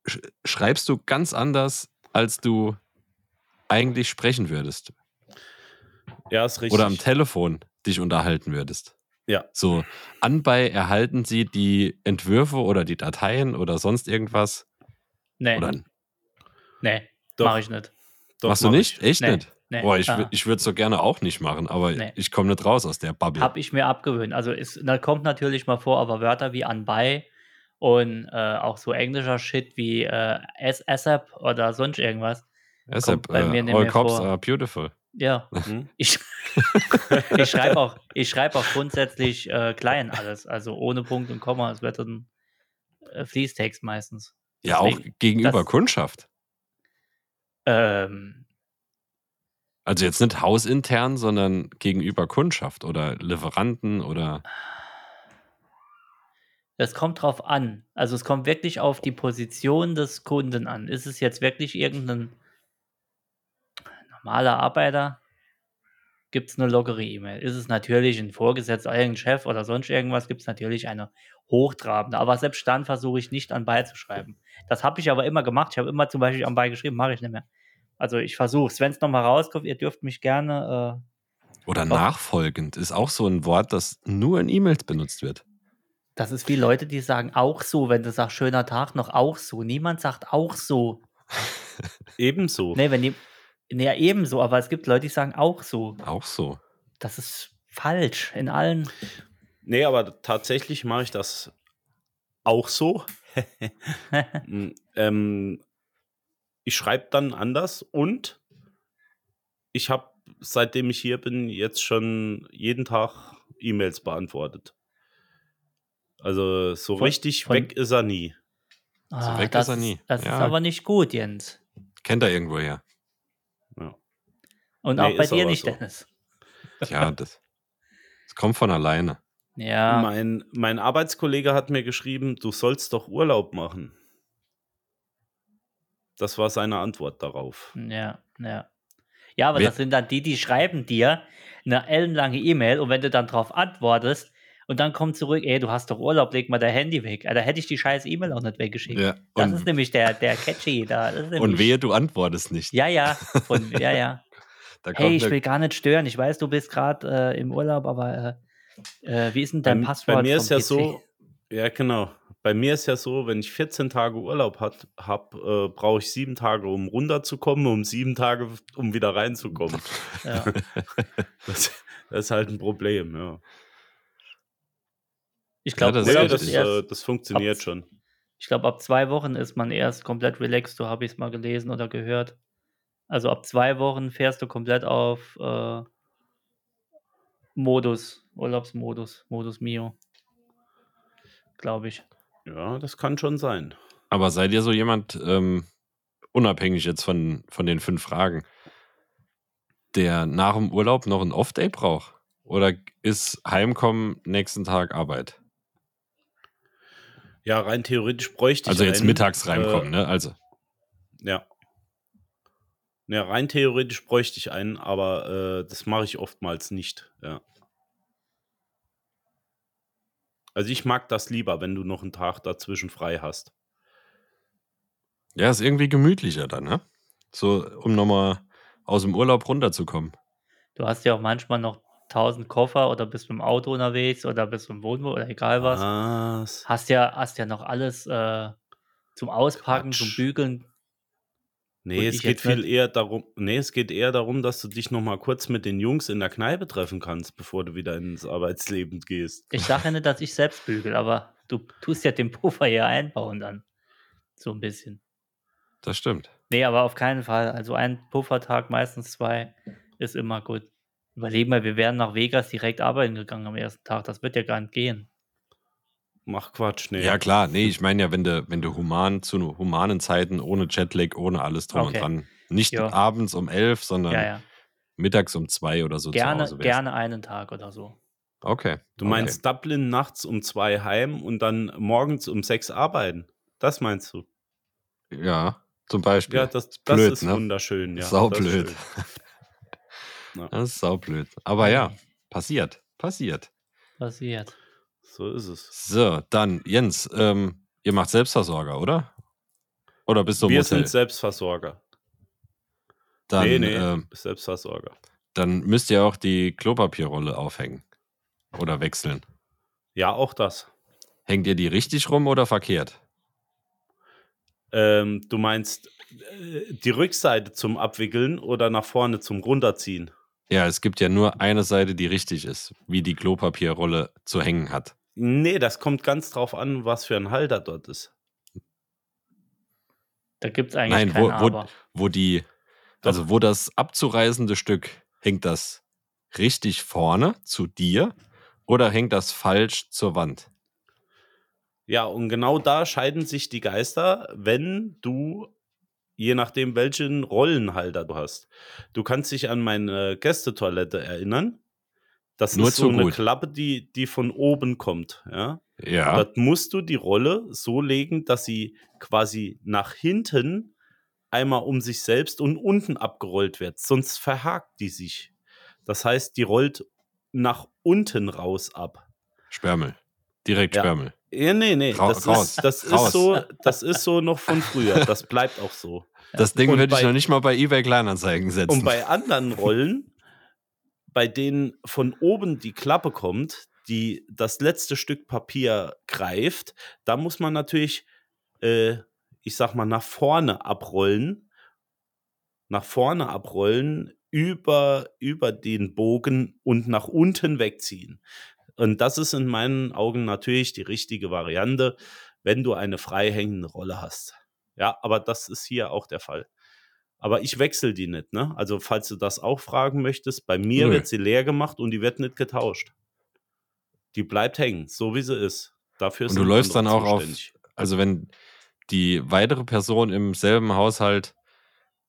S4: sch schreibst du ganz anders, als du eigentlich sprechen würdest
S2: Ja, ist richtig.
S4: oder am Telefon dich unterhalten würdest.
S2: Ja.
S4: So, anbei erhalten sie die Entwürfe oder die Dateien oder sonst irgendwas
S3: Nee,
S4: Oder
S3: nee,
S2: Doch.
S3: mache ich nicht.
S2: Doch,
S4: machst du
S2: mach
S4: nicht?
S2: ich.
S4: Echt
S3: Nee,
S4: nicht?
S3: nee,
S4: Boah, ich,
S3: ah.
S4: wü- ich würde es so gerne auch nicht machen, aber
S3: Nee.
S4: ich komme nicht raus aus der Bubble.
S3: Habe ich mir abgewöhnt. Also es na, kommt natürlich mal vor, aber Wörter wie anbei und äh, auch so englischer Shit wie äh, as- ASAP oder sonst irgendwas.
S4: Deshalb,
S3: bei mir
S4: äh,
S3: nämlich
S4: all cops
S3: vor.
S4: are beautiful.
S3: Ja,
S4: *laughs*
S2: Hm?
S3: ich, ich schreibe auch, ich schreib auch grundsätzlich äh, klein alles, also ohne Punkt und Komma. Es wird dann äh, Fließtext meistens.
S4: Ja, auch
S3: Deswegen-
S4: gegenüber
S3: das-
S4: Kundschaft.
S3: Ähm,
S4: Also jetzt nicht hausintern, sondern gegenüber Kundschaft oder Lieferanten oder
S3: Das kommt drauf an. Also es kommt wirklich auf die Position des Kunden an. Ist es jetzt wirklich irgendein normaler Arbeiter? Gibt es eine lockere E-Mail? Ist es natürlich ein Vorgesetzter, irgendein Chef oder sonst irgendwas? Gibt es natürlich eine hochtrabende. Aber selbst dann versuche ich nicht anbei zu schreiben. Das habe ich aber immer gemacht. Ich habe immer zum Beispiel anbei geschrieben, mache ich nicht mehr. Also ich versuche es. Wenn es nochmal rauskommt, ihr dürft mich gerne. Äh,
S4: oder nachfolgend ist auch so ein Wort, das nur in E-Mails benutzt wird.
S3: das ist wie Leute, die sagen auch so, wenn du sagst, schöner Tag noch auch so. Niemand sagt auch so.
S2: Ebenso.
S3: Nee, wenn die. Nee, ja, ebenso, aber es gibt Leute, die sagen auch so.
S4: Auch so.
S3: Das ist falsch in allen.
S2: Nee, aber tatsächlich mache ich das auch so.
S3: *laughs*
S2: Mm, ähm, ich schreibe dann anders und ich habe, seitdem ich hier bin, jetzt schon jeden Tag E-Mails beantwortet. Also so
S3: Von-
S2: richtig
S3: von-
S2: weg ist er nie.
S3: Ah,
S4: weg
S3: das
S4: ist er nie.
S3: Das
S4: Ja.
S3: ist aber nicht gut, Jens.
S4: Kennt er irgendwo her.
S3: Und
S2: Nee,
S3: auch bei
S2: ist
S3: dir
S2: aber
S3: nicht,
S2: so.
S3: Dennis.
S4: Ja, das, das kommt von alleine.
S3: Ja.
S2: Mein, mein Arbeitskollege hat mir geschrieben, du sollst doch Urlaub machen. Das war seine Antwort darauf.
S3: Ja, ja. Ja, aber
S4: Wer-
S3: das sind dann die, die schreiben dir eine ellenlange E-Mail und wenn du dann drauf antwortest und dann kommt zurück, ey, du hast doch Urlaub, leg mal dein Handy weg. Da hätte ich die scheiß E-Mail auch nicht weggeschickt.
S4: Ja,
S3: das
S4: und-
S3: ist nämlich der, der Catchy da. Das ist
S4: Und
S3: nämlich-
S4: wehe, du antwortest nicht.
S3: Ja, ja.
S4: *laughs*
S3: Von, ja, ja.
S4: Da kommt
S3: Hey, ich
S4: eine-
S3: will gar nicht stören. Ich weiß, du bist gerade äh, im Urlaub, aber äh, äh, wie ist denn dein
S2: Bei-
S3: Passwort?
S2: Bei mir
S3: vom
S2: ist ja
S3: PC?
S2: so, ja genau. Bei mir ist ja so, wenn ich 14 Tage Urlaub hat, hab, äh, brauche ich sieben Tage, um runterzukommen, um sieben Tage, um wieder reinzukommen.
S3: *laughs* Ja.
S2: Das, das ist halt ein Problem, ja.
S3: Ich glaube,
S4: Ja, das
S2: Das, *laughs* ja,
S4: ist
S2: das,
S4: richtig.
S2: äh, das funktioniert
S3: Ab-
S2: schon.
S3: ich glaub, ab zwei Wochen ist man erst komplett relaxed. So habe ich es mal gelesen oder gehört. Also ab zwei Wochen fährst du komplett auf äh, Modus, Urlaubsmodus, Modus Mio. Glaube ich.
S2: Ja, das kann schon sein.
S4: Aber seid ihr so jemand, ähm, unabhängig jetzt von, von den fünf Fragen, der nach dem Urlaub noch ein Off-Day braucht? Oder ist Heimkommen nächsten Tag Arbeit?
S2: Ja, rein theoretisch bräuchte ich.
S4: Also jetzt
S2: einen, äh,
S4: mittags reinkommen, ne? Also,
S2: Ja.
S4: ne?
S2: Ja, rein theoretisch bräuchte ich einen, aber äh, das mache ich oftmals nicht. Ja. Also ich mag das lieber, wenn du noch einen Tag dazwischen frei hast.
S4: ja, ist irgendwie gemütlicher dann, ne? So, um nochmal aus dem Urlaub runterzukommen.
S3: Du hast ja auch manchmal noch 1000 Koffer oder bist mit dem Auto unterwegs oder bist im Wohnmobil oder egal was.
S2: Was?
S3: Hast ja, hast ja noch alles äh, zum Auspacken, zum
S2: Quatsch.
S3: Bügeln.
S2: Nee,
S3: Und
S2: es
S3: ich
S2: geht
S3: jetzt
S2: viel
S3: nicht.
S2: eher darum, nee, es geht eher darum, dass du dich noch mal kurz mit den Jungs in der Kneipe treffen kannst, bevor du wieder ins Arbeitsleben gehst.
S3: Ich sage ja nicht, dass ich selbst bügel, aber du tust ja den Puffer hier einbauen dann. So ein bisschen.
S4: Das stimmt.
S3: Nee, aber auf keinen Fall. Also ein Puffertag, meistens zwei, ist immer gut. Überleg mal, wir wären nach Vegas direkt arbeiten gegangen am ersten Tag. Das wird ja gar nicht gehen.
S2: Mach Quatsch, nee.
S4: Ja, klar. Nee, ich meine ja, wenn du, wenn du human zu humanen Zeiten, ohne Jetlag, ohne alles drum
S3: Okay.
S4: und dran. Nicht
S3: Ja.
S4: abends um elf, sondern
S3: Ja, ja.
S4: mittags um zwei oder so zu
S3: Gerne,
S4: Hause wärst.
S3: gerne einen Tag oder so.
S4: Okay.
S2: Du meinst Dublin nachts um zwei heim und dann morgens um sechs arbeiten. Das meinst du?
S4: Okay. Ja, zum Beispiel.
S2: Ja, das, das
S4: blöd,
S2: ist
S4: ne?
S2: wunderschön. Ja,
S4: Saublöd.
S2: Das ist schön.
S4: Das ist saublöd. Aber ja, passiert. Passiert.
S3: Passiert.
S2: so ist es.
S4: So, dann, Jens, ähm, ihr macht Selbstversorger, oder? Oder bist du im
S2: Wir
S4: Hotel?
S2: sind Selbstversorger.
S4: dann,
S2: nee, nee,
S4: ähm,
S2: Selbstversorger.
S4: dann müsst ihr auch die Klopapierrolle aufhängen. Oder wechseln.
S2: Ja, auch das.
S4: Hängt ihr die richtig rum oder verkehrt?
S2: Ähm, du meinst äh, die Rückseite zum Abwickeln oder nach vorne zum Runterziehen?
S4: Ja, es gibt ja nur eine Seite, die richtig ist, wie die Klopapierrolle zu hängen hat.
S2: Nee, Ne, das kommt ganz drauf an, was für ein Halter dort ist.
S3: Da gibt es eigentlich
S4: Nein,
S3: kein
S4: wo- wo-
S3: Aber.
S4: Wo die,
S2: Doch.
S4: also wo das abzureißende Stück, hängt das richtig vorne zu dir oder hängt das falsch zur Wand?
S2: Ja, und genau da scheiden sich die Geister, wenn du, je nachdem, welchen Rollenhalter du hast. Du kannst dich an meine Gästetoilette erinnern. Das
S4: Nur
S2: ist so
S4: zu
S2: eine
S4: gut.
S2: Klappe, die, die von oben kommt. Ja?
S4: Ja.
S2: Dort musst du die Rolle so legen, dass sie quasi nach hinten einmal um sich selbst und unten abgerollt wird. Sonst verhakt die sich. Das heißt, die rollt nach unten raus ab.
S4: Spermel. Direkt
S2: Ja.
S4: Spermel.
S2: Ja, nee, nee.
S4: Ra-
S2: Das,
S4: raus,
S2: ist, das, ist
S4: raus.
S2: so, das ist so noch von früher. Das bleibt auch so.
S4: Das Ding
S2: Und
S4: würde ich
S2: bei-
S4: noch nicht mal bei eBay Kleinanzeigen setzen.
S2: Und bei anderen Rollen, bei denen von oben die Klappe kommt, die das letzte Stück Papier greift, da muss man natürlich, äh, ich sag mal, nach vorne abrollen. Nach vorne abrollen, über, über den Bogen und nach unten wegziehen. Und das ist in meinen Augen natürlich die richtige Variante, wenn du eine freihängende Rolle hast. Ja, aber das ist hier auch der Fall. Aber ich wechsle die nicht, ne? Also, falls du das auch fragen möchtest, bei mir
S4: Nö.
S2: wird sie leer gemacht und die wird nicht getauscht. Die bleibt hängen, so wie sie ist. Dafür ist
S4: Und du
S2: ein
S4: läufst
S2: anderer
S4: dann auch auf-
S2: zuständig.
S4: also wenn die weitere Person im selben Haushalt,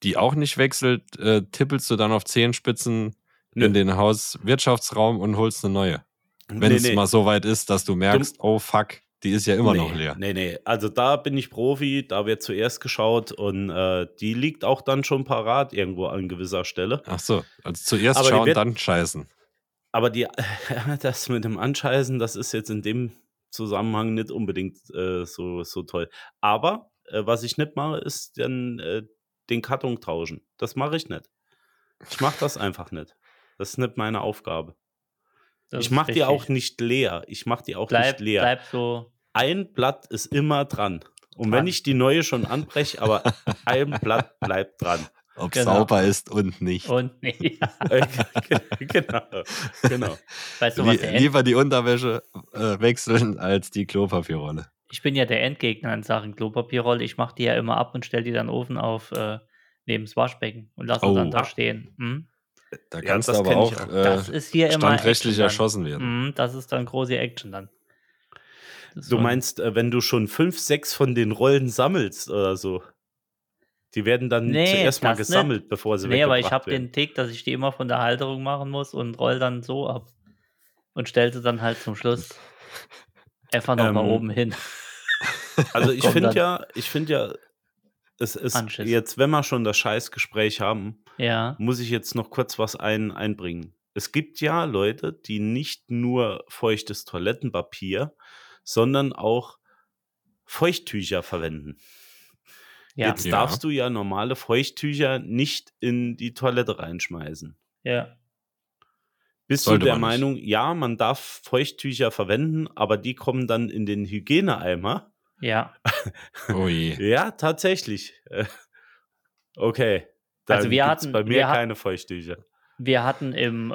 S4: die auch nicht wechselt, äh, tippelst du dann auf Zehenspitzen
S2: Nö.
S4: in den Hauswirtschaftsraum und holst eine neue. Wenn
S2: Nee,
S4: es
S2: nee.
S4: mal so weit ist, dass du merkst, oh fuck, die ist ja immer noch
S2: nee,
S4: leer.
S2: Nee, nee. Also da bin ich Profi, da wird zuerst geschaut und äh, die liegt auch dann schon parat irgendwo an gewisser Stelle.
S4: Ach so, also zuerst
S2: Aber die
S4: schauen,
S2: wird-
S4: dann scheißen.
S2: Aber die, *laughs* das mit dem Anscheißen, das ist jetzt in dem Zusammenhang nicht unbedingt äh, so, so toll. Aber äh, was ich nicht mache, ist dann äh, den Karton tauschen. Das mache ich nicht. Ich mache das einfach nicht. Das ist nicht meine Aufgabe.
S3: Das
S2: ich
S3: ist
S2: mache die
S3: richtig.
S2: auch nicht leer. Ich mache die auch
S3: Bleib,
S2: nicht leer.
S3: bleib so.
S2: ein Blatt ist immer dran. Und
S3: Dran.
S2: wenn ich die neue schon anbreche,
S3: *laughs*
S2: aber ein Blatt bleibt dran.
S4: Ob
S3: Genau.
S4: sauber ist und
S2: Oh,
S4: nicht.
S3: Und *laughs* nee,
S2: Äh, *laughs* genau, genau.
S3: weißt du
S4: Lie-
S3: was? Der End,
S4: lieber die Unterwäsche äh, wechseln als die Klopapierrolle.
S3: ich bin ja der Endgegner in Sachen Klopapierrolle. Ich mache die ja immer ab und stelle die dann Ofen auf äh, neben das Waschbecken und lasse
S4: Oh.
S3: sie dann da stehen. Hm?
S4: Da
S2: Ja,
S4: kannst
S2: das
S4: du aber
S2: kenn ich
S4: auch,
S2: auch.
S3: Das
S4: äh,
S3: ist hier immer
S4: standrechtlich
S3: Action dann.
S4: erschossen werden.
S3: Mhm, das ist dann große Action dann. Das
S2: Du
S3: war-
S2: meinst, äh, wenn du schon fünf, sechs von den Rollen sammelst oder so, die werden dann
S3: Nee,
S2: zuerst mal
S3: das nicht.
S2: gesammelt, bevor sie
S3: Nee, aber ich
S2: weggebracht
S3: habe
S2: werden.
S3: den Tick, dass ich die immer von der Halterung machen muss und roll dann so ab. Und stell sie dann halt zum
S2: *laughs*
S3: Schluss einfach nochmal
S2: Ähm,
S3: oben hin.
S2: Also ich
S3: Kommt
S2: finde
S3: dann.
S2: ja, ich finde ja, es ist
S3: Anschiss.
S2: jetzt, wenn wir schon das Scheißgespräch haben,
S3: Ja.
S2: muss ich jetzt noch kurz was ein, einbringen. Es gibt ja Leute, die nicht nur feuchtes Toilettenpapier, sondern auch Feuchttücher verwenden.
S3: Ja.
S2: Jetzt
S4: Ja.
S2: darfst du ja normale Feuchttücher nicht in die Toilette reinschmeißen.
S3: ja.
S2: Bist
S4: Sollte
S2: du der
S4: man nicht.
S2: Meinung, ja, man darf Feuchttücher verwenden, aber die kommen dann in den Hygieneeimer?
S3: Ja.
S2: Hm.
S4: Oh je.
S2: Ja, tatsächlich. *laughs* Äh, Okay. Dann
S3: Also wir
S2: gibt's
S3: hatten-
S2: bei mir
S3: wir hat-
S2: keine Feuchttücher.
S3: Wir hatten im, äh,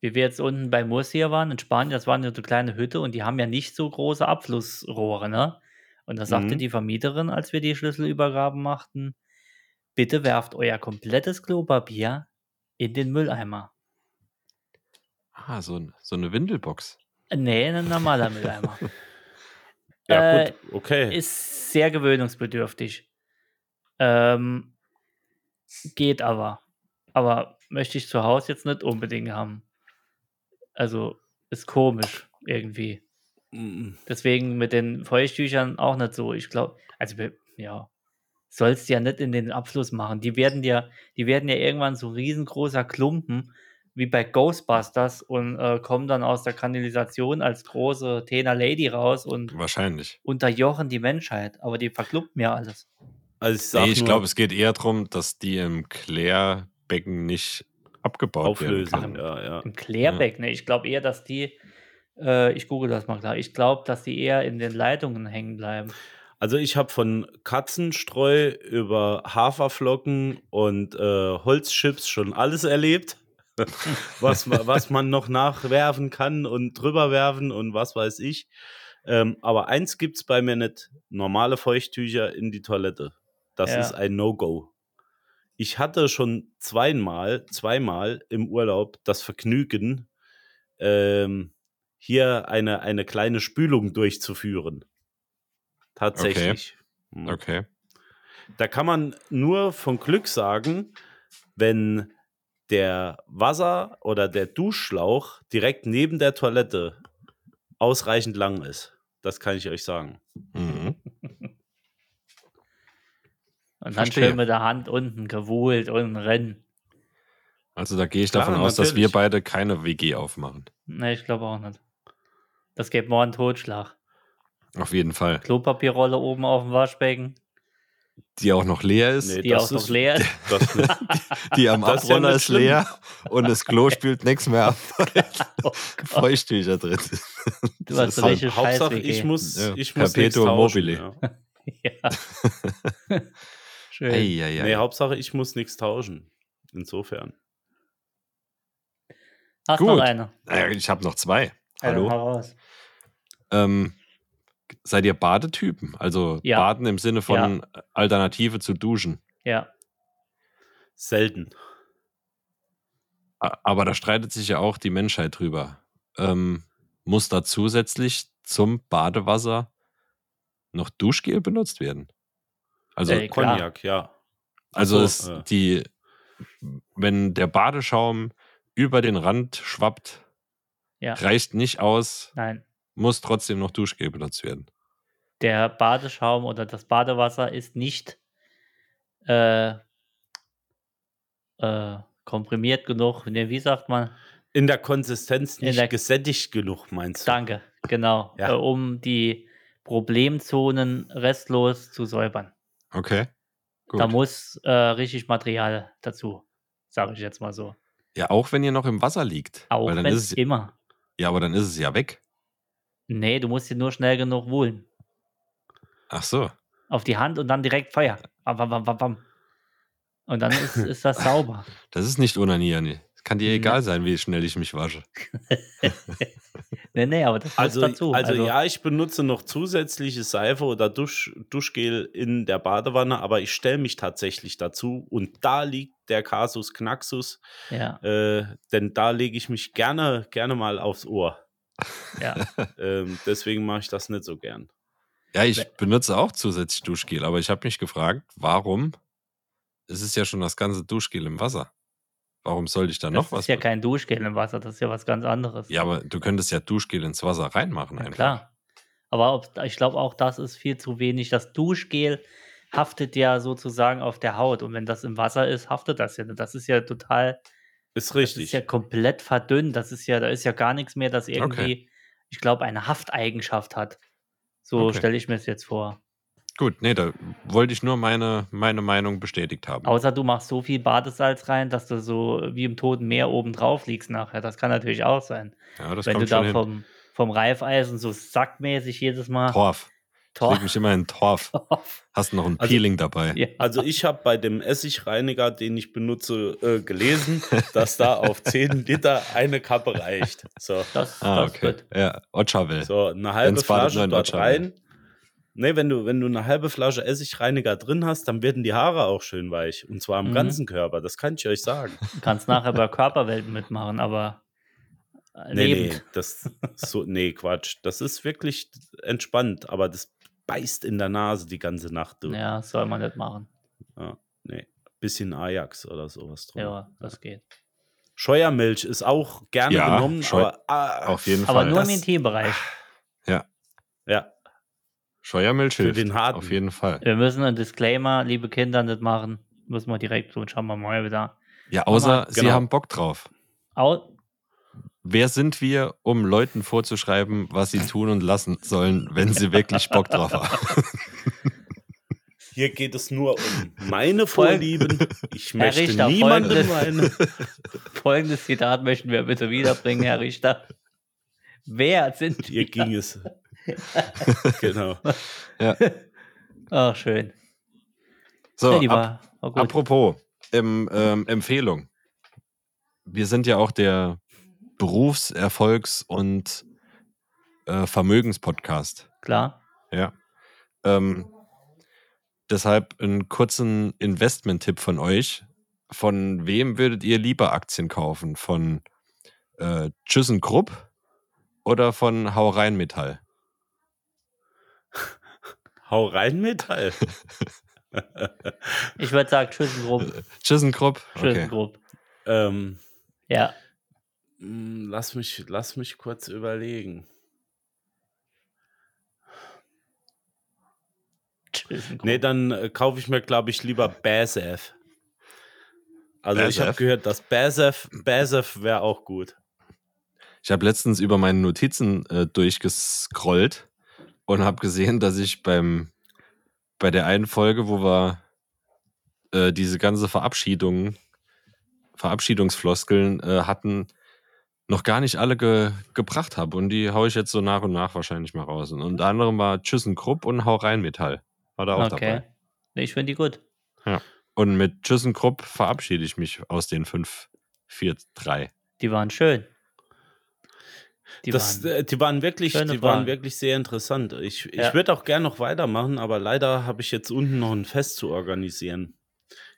S3: wie wir jetzt unten bei Murcia waren, in Spanien, das war eine so kleine Hütte und die haben ja nicht so große Abflussrohre, ne? Und da sagte
S2: Mhm.
S3: die Vermieterin, als wir die Schlüsselübergaben machten, bitte werft euer komplettes Klopapier in den Mülleimer.
S4: Ah, so, ein- so eine Windelbox.
S3: Nee, in ein normaler Mülleimer.
S2: Ja,
S3: Äh,
S2: gut, okay.
S3: Ist sehr gewöhnungsbedürftig. Ähm, geht aber. Aber möchte ich zu Hause jetzt nicht unbedingt haben. Also ist komisch irgendwie.
S2: Mm,
S3: Deswegen mit den Feuchttüchern auch nicht so. Ich glaube, also wir- ja, sollst ja nicht in den Abfluss machen. Die werden ja, die werden ja irgendwann so riesengroßer Klumpen wie bei Ghostbusters und äh, kommen dann aus der Kanalisation als große Tena Lady raus und
S4: Wahrscheinlich.
S3: unterjochen die Menschheit, aber die verklumpen ja alles.
S2: Also ich sag
S4: Nee, ich
S2: nur,
S4: glaube, es geht eher darum, dass die im Klärbecken nicht abgebaut werden.
S2: auflösen.
S3: können.
S2: Ja, ja.
S3: Im Klärbeck, ne? Ich glaube eher, dass die, äh, ich google das mal klar, ich glaube, dass die eher in den Leitungen hängen bleiben.
S2: Also ich habe von Katzenstreu über Haferflocken und äh, Holzchips schon alles erlebt, *laughs* was, ma- was man noch nachwerfen kann und drüber werfen und was weiß ich. Ähm, aber eins gibt es bei mir nicht, normale Feuchttücher in die Toilette. Das
S3: Ja.
S2: ist ein No-Go. Ich hatte schon zweimal, zweimal im Urlaub das Vergnügen, ähm, hier eine, eine kleine Spülung durchzuführen. Tatsächlich. Mhm.
S4: Okay.
S2: Da kann man nur von Glück sagen, wenn der Wasser- oder der Duschschlauch direkt neben der Toilette ausreichend lang ist. Das kann ich euch sagen.
S4: Mhm.
S3: Und dann
S4: Verstehe.
S3: schön mit der Hand unten gewuhlt und rennen.
S4: Also da gehe ich
S2: Klar,
S4: davon aus, dass wir
S2: natürlich.
S4: beide keine WG aufmachen.
S3: Ne, ich glaube auch nicht. Das geht morgen Totschlag.
S4: Auf jeden Fall.
S3: Klopapierrolle oben auf dem Waschbecken,
S4: Die auch noch leer ist,
S2: Nee,
S3: die
S2: das
S3: auch noch
S2: ist-
S4: *laughs*
S3: leer ist.
S2: Das ist
S4: die am
S2: das ist ja
S4: Abroller
S2: nicht
S4: ist leer und das Klo spült nichts mehr
S2: *laughs*
S4: ab.
S3: Oh
S2: Genau.
S3: Gott,
S4: Feuchttücher drin.
S3: du hast
S4: ist
S3: so welche scheiß
S2: Hauptsache, ich muss,
S4: Ja,
S2: ich muss nichts
S4: Perpetuum
S2: tauschen.
S4: mobile.
S2: Ja.
S3: Ja. Schön.
S4: Eieiei.
S2: Nee, Hauptsache, ich muss nichts tauschen. Insofern.
S3: hast
S4: gut.
S3: noch eine?
S4: Äh, Ich habe noch zwei.
S3: Ja, dann
S4: Hallo.
S3: hau raus.
S4: Ähm, seid ihr Badetypen? Also
S3: Ja.
S4: Baden im Sinne von Alternative zu Duschen.
S3: Ja,
S2: Selten.
S4: A- Aber da streitet sich ja auch die Menschheit drüber. Ähm, muss da zusätzlich zum Badewasser noch Duschgel benutzt werden? Also,
S3: Ey, Äh, Klar.
S2: Cognac, ja.
S4: also
S2: so,
S4: ist
S2: äh.
S4: die, wenn der Badeschaum über den Rand schwappt,
S3: ja.
S4: reicht nicht aus,
S3: Nein.
S4: muss trotzdem noch Duschgel benutzt werden.
S3: Der Badeschaum oder das Badewasser ist nicht äh, äh, komprimiert genug. Ne, wie sagt man?
S2: In der Konsistenz
S3: In
S2: nicht
S3: der-
S2: gesättigt genug, meinst du?
S3: Danke, genau.
S2: Ja.
S3: Äh, um die Problemzonen restlos zu säubern.
S4: Okay. Gut.
S3: Da muss äh, richtig Material dazu, sage ich jetzt mal so.
S4: ja, auch wenn ihr noch im Wasser liegt.
S3: Auch
S4: weil dann
S3: wenn
S4: ist
S3: es
S4: es,
S3: immer.
S4: ja, aber dann ist es ja weg.
S3: Nee, du musst dir nur schnell genug wohlen.
S4: Ach so.
S3: Auf die Hand und dann direkt Feuer. Bam, bam, bam, bam, bam. Und dann
S4: *laughs*
S3: ist, ist das sauber.
S4: Das ist nicht unanieren. Es kann dir
S3: Nee.
S4: egal sein, wie schnell ich mich wasche.
S3: Nee, nee, aber das
S2: Also,
S3: muss dazu.
S2: also, ja, ich benutze noch zusätzliche Seife oder Dusch, Duschgel in der Badewanne, aber ich stelle mich tatsächlich dazu und da liegt der Kasus Knaxus,
S3: ja,
S2: äh, denn da lege ich mich gerne, gerne mal aufs Ohr.
S3: ja.
S2: Ähm, deswegen mache ich das nicht so gern.
S4: Ja, ich benutze auch zusätzlich Duschgel, aber ich habe mich gefragt, warum? Es ist ja schon das ganze Duschgel im Wasser. Warum sollte ich da noch
S3: das
S4: was?
S3: ist ja
S4: be-
S3: kein Duschgel im Wasser, das ist ja was ganz anderes.
S4: ja, aber du könntest ja Duschgel ins Wasser reinmachen
S3: Na
S4: einfach.
S3: klar. Aber ob, ich glaube, auch das ist viel zu wenig. Das Duschgel haftet ja sozusagen auf der Haut. Und wenn das im Wasser ist, haftet das ja. nicht. Das ist ja total,
S2: Ist
S3: das ist
S2: richtig.
S3: ja komplett verdünnt. Das ist ja, da ist ja gar nichts mehr, das irgendwie, ich glaube, eine Hafteigenschaft hat. So
S4: Okay.
S3: stelle ich mir es jetzt vor.
S4: Gut, nee, da wollte ich nur meine, meine Meinung bestätigt haben.
S3: Außer du machst so viel Badesalz rein, dass du so wie im Toten Meer oben drauf liegst nachher. Das kann natürlich auch sein.
S4: ja, das
S3: wenn du
S4: kommt
S3: da
S4: schon hin.
S3: vom, vom Reifeisen so sackmäßig jedes Mal
S4: Torf. Ich
S3: Tor
S4: leg mich immer in
S3: *laughs*
S4: Torf.
S3: auf.
S4: Hast noch ein
S2: Also-
S4: Peeling dabei.
S3: Ja.
S2: Also ich habe bei dem Essigreiniger, den ich benutze, äh, gelesen, dass da auf 10 Liter eine Kappe reicht. So,
S3: Das,
S4: Ah,
S3: das
S4: okay.
S3: wird.
S4: Ja, Otschavel.
S2: so eine halbe
S4: Wenn's badet,
S2: Flasche
S4: nein,
S2: dort
S4: Watschabe.
S2: rein. Nee, wenn du, wenn du eine halbe Flasche Essigreiniger drin hast, dann werden die Haare auch schön weich. Und zwar am
S3: Mhm.
S2: ganzen Körper, das kann ich euch
S4: *laughs*
S2: sagen.
S3: Du kannst nachher bei Körperwelten mitmachen, aber
S2: Nee,
S3: äh,
S2: nee,
S3: lebend.
S2: das so, nee, Quatsch. Das ist wirklich entspannt, aber das beißt in der Nase die ganze Nacht. Du.
S3: Ja, das soll man nicht machen.
S2: Bisschen Ajax oder sowas drum.
S3: Ja, das geht.
S2: Scheuermilch ist auch gerne
S4: Ja,
S2: genommen,
S4: Scheu-
S2: aber ah,
S4: Auf jeden
S3: Aber
S4: Fall.
S3: nur im
S2: Das-
S3: Intimbereich.
S2: ja,
S4: Scheuermilch
S2: Für
S4: hilft.
S2: den Harten.
S4: Auf jeden Fall.
S3: Wir müssen einen Disclaimer, liebe Kinder, nicht machen. Müssen wir direkt tun. Schauen wir mal wieder.
S4: Ja, außer sie
S2: genau.
S4: haben Bock drauf.
S3: Au
S4: Wer sind wir, um Leuten vorzuschreiben, was sie tun und lassen sollen, wenn sie wirklich Bock drauf haben?
S2: hier geht es nur
S4: *laughs*
S2: um meine Vorlieben. Ich möchte
S3: Richter,
S2: niemandem
S3: folgendes-
S2: meine.
S3: *laughs* folgendes Zitat möchten wir bitte wiederbringen, Herr Richter. Wer sind
S2: Hier
S4: *laughs*
S3: wir?
S2: ging es. genau.
S4: Ja.
S3: Ach, Oh, schön.
S4: So,
S3: ja, die
S4: ab,
S3: war, war gut.
S4: apropos ähm, ähm, Empfehlung. Wir sind ja auch der Berufserfolgs- und äh, Vermögenspodcast.
S3: Klar.
S4: Ja. Ähm, deshalb einen kurzen Investment-Tipp von euch. Von wem würdet ihr lieber Aktien kaufen? Von äh, ThyssenKrupp oder von Hau rein Metall?
S2: Hau rein, Metall. *laughs*
S3: Ich würde sagen, Schüssengrupp.
S4: ThyssenKrupp? Okay.
S3: Schüssengrupp.
S2: ähm,
S3: Ja.
S2: mm, lass, mich, lass mich kurz überlegen.
S3: Schüssengrupp.
S2: Nee, dann äh, kaufe ich mir, glaube ich, lieber Basef. Also ich habe
S4: Basf?
S2: gehört, dass Basef, Basef wäre auch gut.
S4: Ich habe letztens über meine Notizen äh, durchgescrollt und habe gesehen, dass ich beim bei der einen Folge, wo wir äh, diese ganze Verabschiedung, Verabschiedungsfloskeln äh, hatten, noch gar nicht alle ge gebracht habe. Und die haue ich jetzt so nach und nach wahrscheinlich mal raus. Und unter anderem war Tschüssen Krupp und Hau rein Metall. War da auch
S3: okay.
S4: dabei.
S3: Nee, ich finde die gut.
S4: Und mit Tschüssen Krupp verabschiede ich mich aus den fünf, vier, drei.
S3: Die waren schön. Die
S2: das,
S3: waren,
S2: äh, die waren wirklich,
S3: schöne
S2: die waren
S3: Fragen.
S2: wirklich sehr interessant. Ich, ich
S3: Ja.
S2: würde auch gern noch weitermachen, aber leider habe ich jetzt unten noch ein Fest zu organisieren.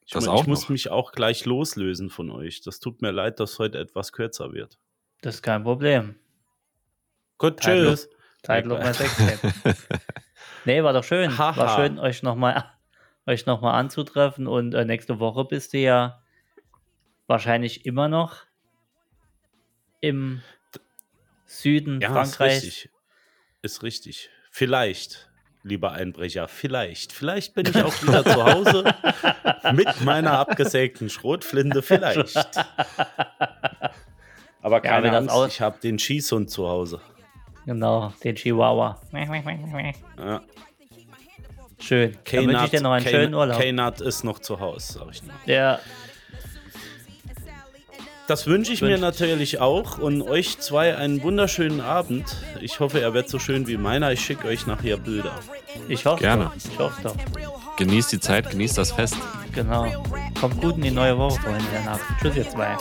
S2: Ich,
S4: Das
S2: mu-
S4: auch
S2: ich muss
S4: noch?
S2: mich auch gleich loslösen von euch. Das tut mir leid, dass heute etwas kürzer wird.
S3: das ist kein Problem.
S2: Gut,
S3: Teil-
S2: tschüss.
S3: Zeitloch mal Sextape. *laughs* nee, war doch schön.
S2: Haha.
S3: War schön, euch nochmal euch noch mal anzutreffen. Und äh, nächste Woche bist du ja wahrscheinlich immer noch im Süden
S2: Ja, ist
S3: Frankreichs.
S2: richtig. Ist richtig. Vielleicht, lieber Einbrecher, vielleicht. Vielleicht bin ich auch wieder zu Hause *laughs* mit meiner abgesägten Schrotflinte, vielleicht. *laughs* Aber
S3: Ja,
S2: keine
S3: wenn das
S2: Angst,
S3: aus-
S2: ich habe den Schießhund zu Hause.
S3: Genau, den Chihuahua.
S2: Ja.
S3: Schön. Dann wünsche ich dir noch einen
S2: K-
S3: schönen Urlaub.
S2: K-Nut ist noch zu Hause, sag ich nur.
S3: ja,
S2: Das wünsche ich mir
S3: Wünscht.
S2: natürlich auch und euch zwei einen wunderschönen Abend. Ich hoffe, er wird so schön wie meiner. Ich schicke euch nachher Bilder.
S3: ich hoffe.
S4: Gerne.
S3: doch. Ich hoffe doch.
S4: Genießt die Zeit, genießt das Fest.
S3: Genau. Kommt gut in die neue Woche, Freunde der Nacht. Tschüss, ihr zwei.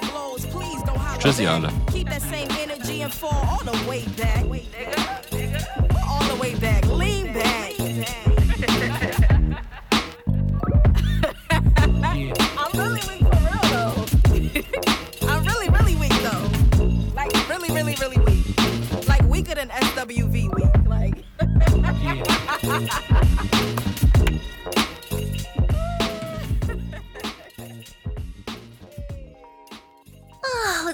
S4: Tschüss, ihr alle.
S1: Keep that same energy and fall all the way back. All the way back. Lean back. *laughs* I'm really weak for real though. *laughs* I'm really, really weak though. Like really, really, really weak. Like weaker than SWV weak. Like.
S5: Oh,